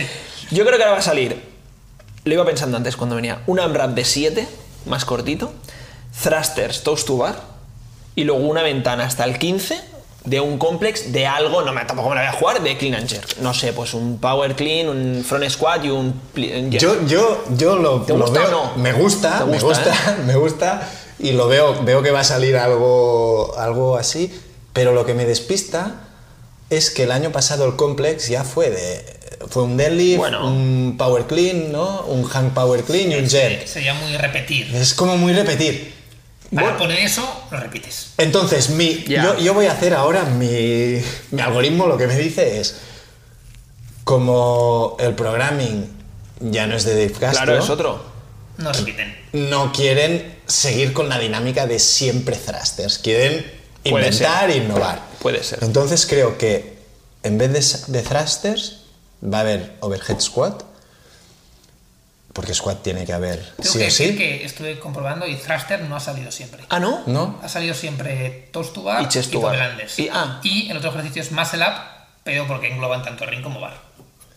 Speaker 1: Yo creo que ahora va a salir lo iba pensando antes cuando venía. Un AMRAP de 7, más cortito. Thrusters, toast to bar. Y luego una ventana hasta el 15 de un complex de algo, no me, tampoco me la voy a jugar, de clean and jerk. No sé, pues un power clean, un front squat y un... pli- un jerk.
Speaker 2: Yo, yo, yo lo,
Speaker 1: ¿Te
Speaker 2: lo
Speaker 1: gusta
Speaker 2: veo.
Speaker 1: o no?
Speaker 2: Me gusta,
Speaker 1: ¿Te
Speaker 2: me
Speaker 1: gusta,
Speaker 2: gusta, me gusta. Y lo veo, veo que va a salir algo, algo así. Pero lo que me despista es que el año pasado el complex ya fue de. Fue un deadlift,
Speaker 1: Bueno.
Speaker 2: un power clean, ¿no? Un hang power clean y un jerk.
Speaker 3: Sería muy repetir.
Speaker 2: Es como muy repetir.
Speaker 3: Para
Speaker 2: Bueno.
Speaker 3: poner eso, lo repites.
Speaker 2: Entonces, mi,
Speaker 1: Ya.
Speaker 2: yo, yo voy a hacer ahora mi, mi algoritmo, lo que me dice es, como el programming ya no es de Dave Castro,
Speaker 1: Claro, es otro.
Speaker 3: No repiten.
Speaker 2: no quieren seguir con la dinámica de siempre thrusters, quieren
Speaker 1: Puede ser.
Speaker 2: inventar e innovar.
Speaker 1: Puede ser.
Speaker 2: Entonces creo que en vez de, s- de thrusters va a haber overhead squat, porque squat tiene que haber
Speaker 3: Tengo
Speaker 2: sí
Speaker 3: que
Speaker 2: o
Speaker 3: decir
Speaker 2: sí.
Speaker 3: que estuve comprobando y Thruster no ha salido siempre.
Speaker 1: Ah, ¿no?
Speaker 2: ¿No?
Speaker 3: Ha salido siempre toes to bar
Speaker 1: Y chest to
Speaker 3: y
Speaker 1: bar.
Speaker 3: grandes.
Speaker 1: Y- ah.
Speaker 3: y el otro ejercicio es muscle up, pero porque engloban tanto ring como bar.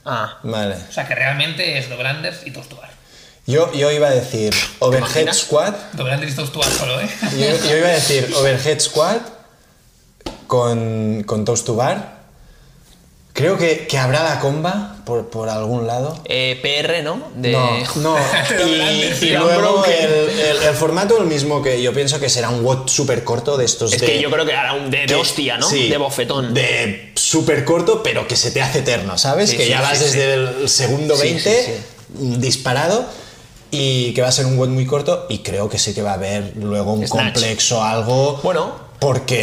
Speaker 1: Ah.
Speaker 2: Vale.
Speaker 3: O sea que realmente es doble unders y toes to bar.
Speaker 2: Yo, yo iba a decir overhead
Speaker 1: imaginas?
Speaker 2: squat.
Speaker 3: Doble unders y toes to bar solo, ¿eh?
Speaker 2: Yo, yo iba a decir overhead squat con, con toast to bar. Creo que, que habrá la comba por, por algún lado.
Speaker 1: Eh, PR, ¿no? De...
Speaker 2: No, no.
Speaker 3: Doblante,
Speaker 2: Y,
Speaker 3: sí,
Speaker 2: y
Speaker 3: era
Speaker 1: un
Speaker 2: luego
Speaker 1: broken.
Speaker 2: el, el- el formato el mismo que yo pienso que será un WOD súper corto de estos
Speaker 1: Es
Speaker 2: de...
Speaker 1: que yo creo que hará un de, de
Speaker 2: que-
Speaker 1: hostia, ¿no?
Speaker 2: sí,
Speaker 1: de bofetón.
Speaker 2: De súper corto, pero que se te hace eterno, ¿sabes?
Speaker 1: Sí,
Speaker 2: que
Speaker 1: sí,
Speaker 2: ya
Speaker 1: sí,
Speaker 2: vas
Speaker 1: sí.
Speaker 2: desde el segundo
Speaker 1: Sí,
Speaker 2: 20
Speaker 1: sí,
Speaker 2: disparado y que va a ser un WOD muy corto y creo que sí que va a haber luego un
Speaker 1: Snatch.
Speaker 2: complejo algo.
Speaker 1: Bueno.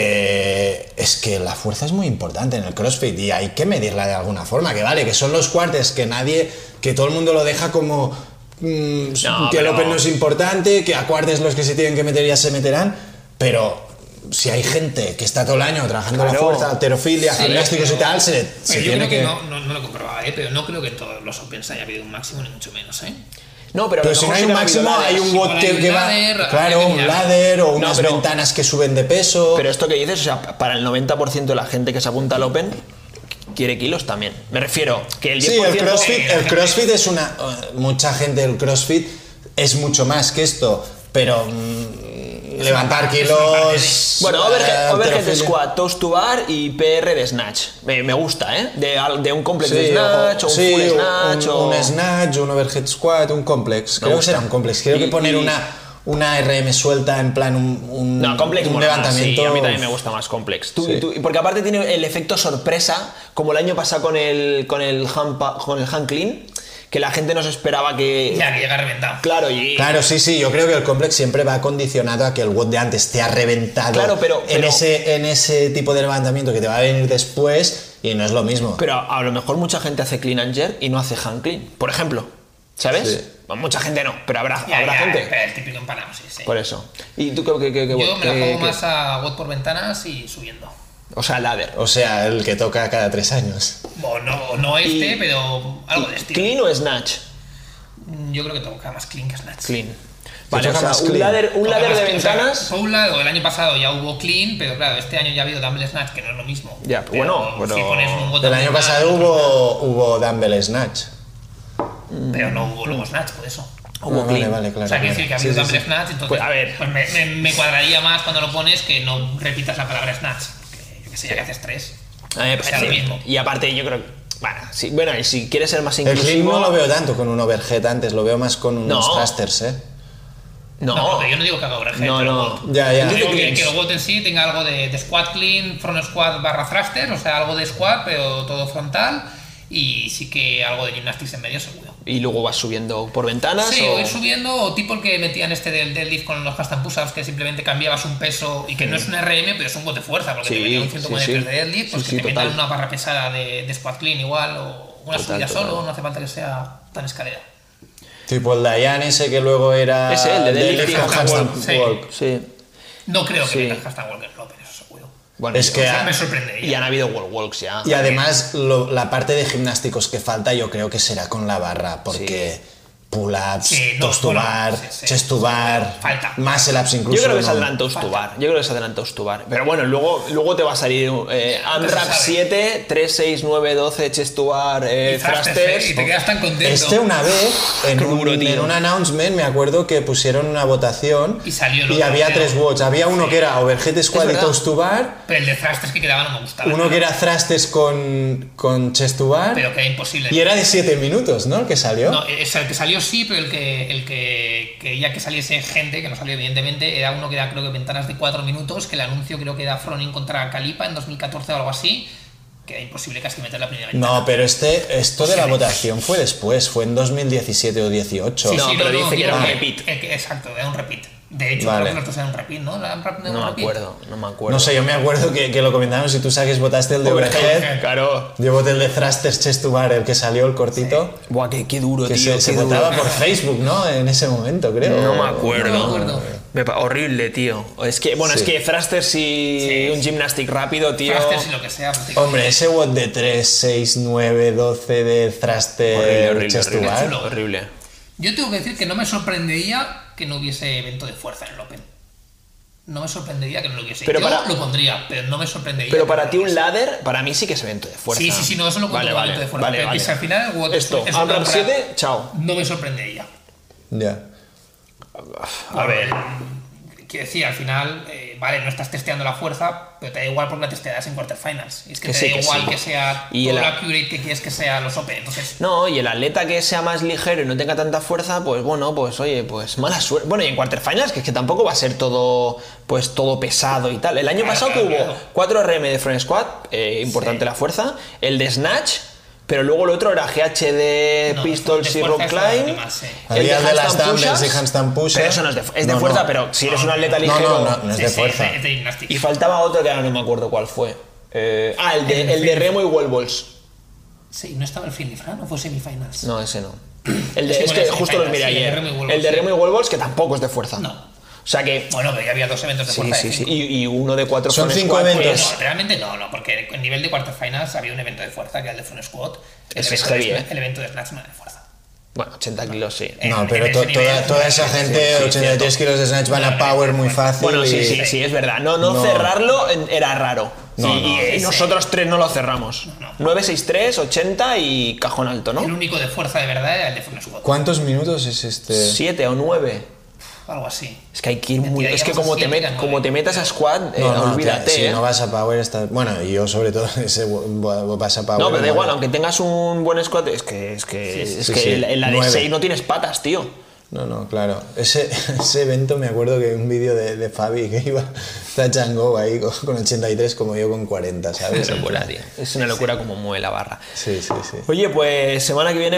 Speaker 2: Porque es que la fuerza es muy importante en el CrossFit y hay que medirla de alguna forma, que vale, que son los cuartes, que nadie, que todo el mundo lo deja como mm,
Speaker 1: No,
Speaker 2: que el
Speaker 1: pero-
Speaker 2: Open no es importante, que a cuartes los que se tienen que meter ya se meterán, pero si hay gente que está todo el año trabajando la
Speaker 1: Claro.
Speaker 2: fuerza, alterofilia,
Speaker 3: Sí,
Speaker 2: gimnásticos y
Speaker 3: pero-
Speaker 2: tal, se, se
Speaker 3: Pero yo
Speaker 2: tiene
Speaker 3: creo que,
Speaker 2: que...
Speaker 3: no, no, no lo comprobaba, ¿eh? Pero no creo que en todos los Opens haya habido un máximo, ni mucho menos, ¿eh?
Speaker 1: No, pero, a lo
Speaker 2: Pero si no
Speaker 1: mejor
Speaker 2: hay
Speaker 1: sí
Speaker 2: un
Speaker 1: que ha habido
Speaker 2: máximo,
Speaker 1: ladders.
Speaker 2: hay un
Speaker 3: igual
Speaker 2: bot
Speaker 3: hay un
Speaker 2: que va...
Speaker 3: ladder, hay
Speaker 2: Claro,
Speaker 3: que
Speaker 2: un
Speaker 3: mirar.
Speaker 2: ladder o unas
Speaker 1: pero-
Speaker 2: ventanas que suben de peso.
Speaker 1: Pero esto que dices, o sea, para el 90% de la gente que se apunta al Open quiere kilos también. Me refiero que el 10%
Speaker 2: Sí, el CrossFit,
Speaker 3: eh,
Speaker 2: el CrossFit es una... eh, Mucha gente del CrossFit es mucho más que esto, pero mm, levantar
Speaker 3: es una parte de-
Speaker 2: kilos...
Speaker 1: Bueno,
Speaker 2: eh,
Speaker 1: overhead, overhead
Speaker 2: alterofilia.
Speaker 1: squat, toast to bar y PR de snatch. Me, me gusta, ¿eh? De, al- de un complex de
Speaker 2: Sí,
Speaker 1: snatch, o, un
Speaker 2: sí,
Speaker 1: full snatch,
Speaker 2: un,
Speaker 1: o...
Speaker 2: un snatch, un overhead squat, un complex. Creo que
Speaker 1: gusta.
Speaker 2: será un complex. Creo que
Speaker 1: Y-
Speaker 2: poner
Speaker 1: y-
Speaker 2: una, una RM suelta en plan un, un-
Speaker 1: No, complex
Speaker 2: un
Speaker 1: mola,
Speaker 2: levantamiento.
Speaker 1: sí, a mí también me gusta más complex. Tú-
Speaker 2: Sí.
Speaker 1: tú- porque aparte tiene el efecto sorpresa, como el año pasado con el con el hand, pa- con el hand clean, que la gente no se esperaba que
Speaker 3: Ya, que llega reventado.
Speaker 1: claro y
Speaker 2: Claro, sí, sí, yo creo que el complex siempre va condicionado a que el WOD de antes te ha reventado
Speaker 1: Claro, pero-
Speaker 2: en,
Speaker 1: pero-
Speaker 2: ese, en ese tipo de levantamiento que te va a venir después y no es lo mismo.
Speaker 1: Pero a, a lo mejor mucha gente hace clean and jerk y no hace hand clean, por ejemplo, ¿sabes?
Speaker 2: Sí.
Speaker 1: Bueno, Mucha gente no, pero habrá
Speaker 3: Ya,
Speaker 1: habrá
Speaker 3: ya,
Speaker 1: gente.
Speaker 3: pero El típico empanado, sí, sí.
Speaker 1: Por eso. Y tú creo que, que, que-
Speaker 3: Yo me la
Speaker 1: que-
Speaker 3: juego
Speaker 1: que-
Speaker 3: más a WOD por ventanas y subiendo.
Speaker 1: o sea, ladder.
Speaker 2: o sea, el que toca cada tres años.
Speaker 3: O no, o no este,
Speaker 1: Y-
Speaker 3: pero algo de estilo.
Speaker 1: Clean o snatch?
Speaker 3: Yo creo que toca más clean que snatch.
Speaker 1: Clean. Vale, o
Speaker 2: toca
Speaker 1: sea,
Speaker 2: más
Speaker 1: un
Speaker 2: clean.
Speaker 1: ladder, un
Speaker 3: Toca
Speaker 1: ladder
Speaker 3: más
Speaker 1: de
Speaker 3: clean, o sea,
Speaker 1: ventanas.
Speaker 3: por un lado, el año pasado ya hubo clean, pero claro, este año ya ha habido dumbbell snatch, que no es lo mismo.
Speaker 1: Ya,
Speaker 3: Pero
Speaker 1: bueno, pero-
Speaker 3: si pones un botón
Speaker 2: El año
Speaker 3: de
Speaker 2: pasado
Speaker 3: snatch,
Speaker 2: hubo, hubo dumbbell snatch.
Speaker 3: Pero no hubo luego snatch, por eso.
Speaker 1: Hubo
Speaker 2: Ah, vale,
Speaker 1: clean.
Speaker 2: vale, claro.
Speaker 3: o sea, quiero
Speaker 2: claro.
Speaker 3: decir que ha
Speaker 2: Sí,
Speaker 3: habido
Speaker 2: sí,
Speaker 3: dumbbell
Speaker 2: sí.
Speaker 3: snatch, entonces.
Speaker 1: Pues, a ver.
Speaker 3: pues me, me- me cuadraría más cuando lo pones que no repitas la palabra snatch. Que, yo que sé, ya que haces tres.
Speaker 1: A mí me
Speaker 3: O sea,
Speaker 1: parece
Speaker 3: lo mismo.
Speaker 1: Y aparte, yo creo. Bueno, sí, bueno, y si quieres ser más
Speaker 2: El clean
Speaker 1: inclusivo.
Speaker 2: no lo veo tanto con un overhead antes, lo veo más con unos
Speaker 1: No.
Speaker 2: thrusters, ¿eh?
Speaker 1: No,
Speaker 3: No, porque yo no digo que haga overhead.
Speaker 1: no.
Speaker 3: pero
Speaker 1: no.
Speaker 2: Ya, ya.
Speaker 1: Yo
Speaker 3: Digo
Speaker 1: digo
Speaker 3: que,
Speaker 1: cleans.
Speaker 3: que el WOD en sí tenga algo de, de squat clean, front squat barra thruster, o sea, algo de squat, pero todo frontal. Y sí que algo de gymnastics en medio, seguro.
Speaker 1: Y luego vas subiendo por ventanas.
Speaker 3: Sí,
Speaker 1: o-
Speaker 3: o ir subiendo, o tipo el que metían este del deadlift con los handstand push-ups, que simplemente cambiabas un peso y que no es un RM, pero es un bot de fuerza, porque te
Speaker 1: Sí,
Speaker 3: metían un
Speaker 1: sí,
Speaker 3: 143
Speaker 1: sí.
Speaker 3: de deadlift, pues
Speaker 1: Sí, sí,
Speaker 3: que te
Speaker 1: total.
Speaker 3: metan una barra pesada de, de squat clean igual, o una
Speaker 1: Total,
Speaker 3: subida
Speaker 1: total.
Speaker 3: solo, no hace falta que sea tan escalera.
Speaker 2: Tipo el Dayan ese que luego era.
Speaker 1: Ese, el de deadlift
Speaker 2: con
Speaker 1: handstand
Speaker 2: handstand
Speaker 3: walk.
Speaker 2: Ah, walk.
Speaker 3: Sí.
Speaker 1: Sí.
Speaker 3: No creo que
Speaker 1: Sí.
Speaker 3: metan handstand walker, no, pero eso seguro.
Speaker 1: Bueno,
Speaker 2: Es
Speaker 1: y-
Speaker 2: que-
Speaker 3: O sea,
Speaker 2: Ya.
Speaker 3: me sorprendería.
Speaker 1: Y han habido wall walks ya.
Speaker 2: Y además lo- la parte de gimnásticos que falta yo creo que será con la barra, porque pull-ups,
Speaker 3: Sí, no,
Speaker 2: toes to
Speaker 3: pull-up,
Speaker 2: bar,
Speaker 3: sí, sí.
Speaker 2: chest to bar,
Speaker 3: Falta.
Speaker 2: más el ups incluso.
Speaker 1: Yo creo que
Speaker 2: no.
Speaker 1: saldrán toast to bar. Yo creo que saldrán toast to bar. Pero bueno, luego, luego te va a salir eh, AMRAP
Speaker 3: sabe.
Speaker 1: 7, 3, 6, 9, 12, chest to bar, eh,
Speaker 3: Y thrusters,
Speaker 1: thrusters.
Speaker 3: y te quedas tan contento.
Speaker 2: Este una vez, en,
Speaker 1: Qué
Speaker 2: un,
Speaker 1: duro, tío.
Speaker 2: en un announcement, me acuerdo que pusieron una votación
Speaker 3: Y salió el
Speaker 2: y
Speaker 3: otro,
Speaker 2: había
Speaker 3: tío.
Speaker 2: tres votes. Había uno que era overhead squad y
Speaker 1: verdad.
Speaker 2: toes to bar,
Speaker 3: Pero el de thrusters que quedaba no me gustaba.
Speaker 2: uno
Speaker 3: ¿no?
Speaker 2: que era thrusters con, con chest to bar
Speaker 3: Pero que era imposible.
Speaker 2: y era de 7 minutos, ¿no? El que salió.
Speaker 3: No, es el que salió sí, pero el que el que quería que saliese gente, que no salió evidentemente, era uno que era creo que ventanas de 4 minutos, que el anuncio creo que era Froning contra Calipa en 2014 o algo así, que era imposible casi meter la primera ventana.
Speaker 2: No, pero este, esto de la
Speaker 3: Posible.
Speaker 2: votación fue después, fue en 2017 o 18.
Speaker 1: Sí, No, pero dice que era un
Speaker 3: eh, que-
Speaker 1: repeat.
Speaker 3: el que- exacto, era un repeat. De hecho,
Speaker 2: Vale.
Speaker 3: creo que los dos eran un rapid, ¿no? ¿La han rapid de un
Speaker 1: No me
Speaker 3: rapid?
Speaker 1: acuerdo, no me acuerdo.
Speaker 2: No sé, yo me acuerdo que, que lo comentaron, si tú sabes, votaste el de Overhead.
Speaker 1: Claro.
Speaker 2: Yo voté el de Thrusters Chest to Bar, el que salió, el cortito.
Speaker 1: Buah, qué, qué duro,
Speaker 2: Que
Speaker 1: tío.
Speaker 2: se, se
Speaker 1: qué duro.
Speaker 2: votaba por Facebook, ¿no? En ese momento, creo.
Speaker 1: No me acuerdo.
Speaker 3: No me acuerdo.
Speaker 1: Me pa- horrible, tío. Es que, bueno,
Speaker 2: Sí.
Speaker 1: es que thrusters y
Speaker 3: Sí.
Speaker 1: un gymnastic rápido, tío.
Speaker 3: Thrusters y lo que sea. prácticamente.
Speaker 2: Hombre, ese WOT de 3, 6, 9, 12 de
Speaker 1: Horrible,
Speaker 2: Thruster
Speaker 1: horrible,
Speaker 2: Chest to
Speaker 1: horrible.
Speaker 2: Bar.
Speaker 3: Chulo.
Speaker 1: Horrible.
Speaker 3: Yo tengo que decir que no me sorprendería que no hubiese evento de fuerza en el Open. No me sorprendería que no lo hubiese.
Speaker 1: Pero
Speaker 3: Yo
Speaker 1: para-
Speaker 3: lo pondría, pero no me sorprendería.
Speaker 1: Pero
Speaker 3: que
Speaker 1: para
Speaker 3: no
Speaker 1: ti
Speaker 3: lo
Speaker 1: un ladder, para mí sí que es evento de fuerza.
Speaker 3: Sí, sí, sí, no, eso lo cuento
Speaker 1: vale,
Speaker 3: como
Speaker 1: vale,
Speaker 3: evento de fuerza,
Speaker 1: Vale,
Speaker 3: pero que
Speaker 1: vale.
Speaker 3: si al final el WOT es-
Speaker 1: Esto,
Speaker 3: es una
Speaker 1: AMRAP
Speaker 3: obra-
Speaker 1: 7, chao.
Speaker 3: No me sorprendería.
Speaker 2: Ya.
Speaker 1: A ver.
Speaker 3: Quiero decir, al final, eh, vale, no estás testeando la fuerza, pero te da igual porque la testearás en quarterfinals. Y es que,
Speaker 1: Que
Speaker 3: te
Speaker 1: sí,
Speaker 3: da
Speaker 1: que
Speaker 3: igual
Speaker 1: sí.
Speaker 3: que sea
Speaker 1: Y
Speaker 3: todo
Speaker 1: el-
Speaker 3: lo accurate que quieres que sea los Open. Entonces,
Speaker 1: No, y el atleta que sea más ligero y no tenga tanta fuerza, pues bueno, pues oye, pues mala suerte. Bueno, y en quarterfinals, que es que tampoco va a ser todo, pues todo pesado y tal. El año
Speaker 3: Claro,
Speaker 1: pasado que
Speaker 3: claro,
Speaker 1: hubo
Speaker 3: claro.
Speaker 1: 4 RM de front squat, eh, importante
Speaker 3: Sí.
Speaker 1: la fuerza, el de snatch, pero luego el otro era GH de
Speaker 3: No,
Speaker 1: pistols
Speaker 3: de
Speaker 1: y rock
Speaker 3: fuerza es la
Speaker 1: climb.
Speaker 3: última, sí.
Speaker 1: el
Speaker 2: Había el de las
Speaker 1: handstand
Speaker 2: dumbbells
Speaker 1: push-ups,
Speaker 2: y handstand push-ups.
Speaker 1: Pero eso no es de, es de
Speaker 2: No,
Speaker 1: fuerza,
Speaker 2: no.
Speaker 1: pero si eres un atleta
Speaker 2: No,
Speaker 1: ligero.
Speaker 2: no, no, no es
Speaker 3: sí,
Speaker 2: de
Speaker 3: sí,
Speaker 2: fuerza.
Speaker 3: es de gimnastics.
Speaker 1: Y faltaba otro que ahora no me acuerdo cuál fue. Eh, ah, el de, el de remo y wall balls.
Speaker 3: Sí, no estaba el fin de Fran, o fue semifinals.
Speaker 1: No, ese no. El de,
Speaker 3: Sí,
Speaker 1: es
Speaker 3: bueno,
Speaker 1: que
Speaker 3: ese
Speaker 1: justo los
Speaker 3: sí,
Speaker 1: miré
Speaker 3: el de
Speaker 1: ayer.
Speaker 3: Remo y Wolves,
Speaker 1: El de
Speaker 3: sí.
Speaker 1: Remo y Wolves, que tampoco es de fuerza.
Speaker 3: No.
Speaker 1: O sea que.
Speaker 3: Bueno, pero ya había dos eventos de
Speaker 1: Sí,
Speaker 3: fuerza. de
Speaker 1: sí, sí.
Speaker 3: cinco.
Speaker 1: Y, y uno de cuatro
Speaker 2: Son
Speaker 1: front
Speaker 2: cinco
Speaker 1: squats.
Speaker 2: eventos.
Speaker 3: No, realmente no, no, porque el nivel de quarterfinals había un evento de fuerza que era el de Fun Squad. El
Speaker 1: Eso es
Speaker 3: evento de
Speaker 1: heavy,
Speaker 3: snatch-
Speaker 1: ¿eh?
Speaker 3: El evento de Snatch no era de fuerza.
Speaker 1: Bueno, 80 kilos, sí.
Speaker 3: Eh,
Speaker 2: No,
Speaker 3: en-
Speaker 2: pero
Speaker 3: en
Speaker 2: to-
Speaker 3: ese
Speaker 2: toda,
Speaker 3: nivel-
Speaker 2: toda esa gente,
Speaker 1: sí,
Speaker 2: 83
Speaker 1: cierto.
Speaker 2: kilos de snatch, van a
Speaker 3: No, no,
Speaker 2: power muy
Speaker 3: no,
Speaker 2: fácil.
Speaker 1: Bueno, sí,
Speaker 2: y-
Speaker 1: sí, sí, es verdad. No, no,
Speaker 2: No.
Speaker 1: cerrarlo en- era raro.
Speaker 2: No,
Speaker 1: y,
Speaker 2: no,
Speaker 1: y-
Speaker 2: sí,
Speaker 1: y
Speaker 3: sí.
Speaker 1: nosotros tres no lo cerramos.
Speaker 3: No, no.
Speaker 1: 9, 6, 3, 80 y cajón alto,
Speaker 3: El
Speaker 1: ¿no?
Speaker 3: único de fuerza de verdad era el de Fun Squad.
Speaker 2: ¿Cuántos minutos es este?
Speaker 1: 7 o 9.
Speaker 3: Algo así.
Speaker 1: Es que hay que ir
Speaker 3: Ya
Speaker 1: muy. Es que
Speaker 3: llegamos a
Speaker 1: como te,
Speaker 3: siete,
Speaker 1: met-
Speaker 3: ya no
Speaker 1: como
Speaker 3: hay.
Speaker 1: te metas a squad, eh,
Speaker 2: No, no,
Speaker 1: olvídate.
Speaker 2: te- si
Speaker 1: ¿eh?
Speaker 2: no vas a power, estás... Bueno, y yo sobre todo, ese wo- wo- vas a power...
Speaker 1: No, pero da
Speaker 2: Ah, bueno.
Speaker 1: igual, aunque tengas un buen squat, es que, es que, es
Speaker 2: sí,
Speaker 1: que
Speaker 2: sí.
Speaker 1: en la- en la de
Speaker 2: Nueve.
Speaker 1: 6 no tienes patas, tío.
Speaker 2: No, no, claro. Ese, ese evento me acuerdo que un vídeo de, de Fabi que iba Tachango ahí con, con 83 como yo con 40, ¿sabes?
Speaker 1: Es una locura como mueve la barra.
Speaker 2: Sí, sí, sí.
Speaker 1: Oye, pues semana que viene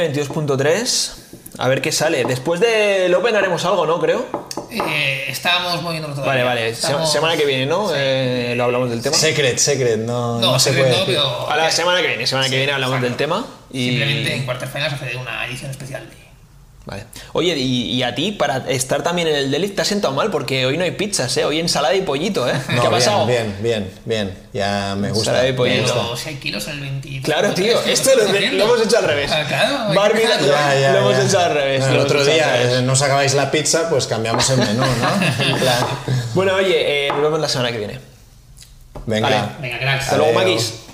Speaker 1: 22.3, a ver qué sale. Después del Open haremos algo, ¿no? Creo.
Speaker 3: Eh, estábamos moviéndonos
Speaker 1: Vale,
Speaker 3: todavía.
Speaker 1: vale. se-
Speaker 3: Estamos-
Speaker 1: Semana que viene, ¿no? Eh, lo hablamos del tema.
Speaker 2: Secret, secret, no,
Speaker 3: No,
Speaker 2: no se
Speaker 3: secret
Speaker 2: puede
Speaker 3: no,
Speaker 2: decir.
Speaker 3: pero-
Speaker 1: A la semana que viene, semana que
Speaker 3: Sí,
Speaker 1: viene hablamos
Speaker 3: exacto.
Speaker 1: del tema. Y...
Speaker 3: Simplemente en quarterfinals hace una edición especial. de-
Speaker 1: Vale. Oye, y, y a ti, para estar también en el Delic, te has sentado mal porque hoy no hay pizzas, ¿eh? Hoy ensalada y pollito, ¿eh? ¿Qué
Speaker 2: No,
Speaker 1: ha pasado?
Speaker 2: Bien, bien, bien, bien. Ya me gusta.
Speaker 1: Sabe de
Speaker 2: me
Speaker 1: pollito.
Speaker 2: gusta.
Speaker 3: Pero si hay kilos en el 23.
Speaker 1: Pues Claro, tío,
Speaker 3: ¿qué
Speaker 1: esto lo,
Speaker 3: estamos
Speaker 1: lo
Speaker 3: haciendo?
Speaker 1: hemos hecho al revés.
Speaker 3: Ah, claro. hay
Speaker 1: Barbie,
Speaker 3: que
Speaker 1: lo,
Speaker 3: hacerlo.
Speaker 2: Ya, ya,
Speaker 1: lo hemos
Speaker 2: ya.
Speaker 1: hecho al revés.
Speaker 2: El
Speaker 1: lo hemos
Speaker 2: otro
Speaker 1: hecho al
Speaker 2: día,
Speaker 1: revés.
Speaker 2: eh, no os acabáis la pizza, pues cambiamos el menú, ¿no? En plan,
Speaker 1: Bueno, oye, eh, nos vemos la semana que viene.
Speaker 2: Venga.
Speaker 1: Vale.
Speaker 3: Venga, cracks.
Speaker 1: Hasta luego,
Speaker 2: Adeu.
Speaker 1: Maquis.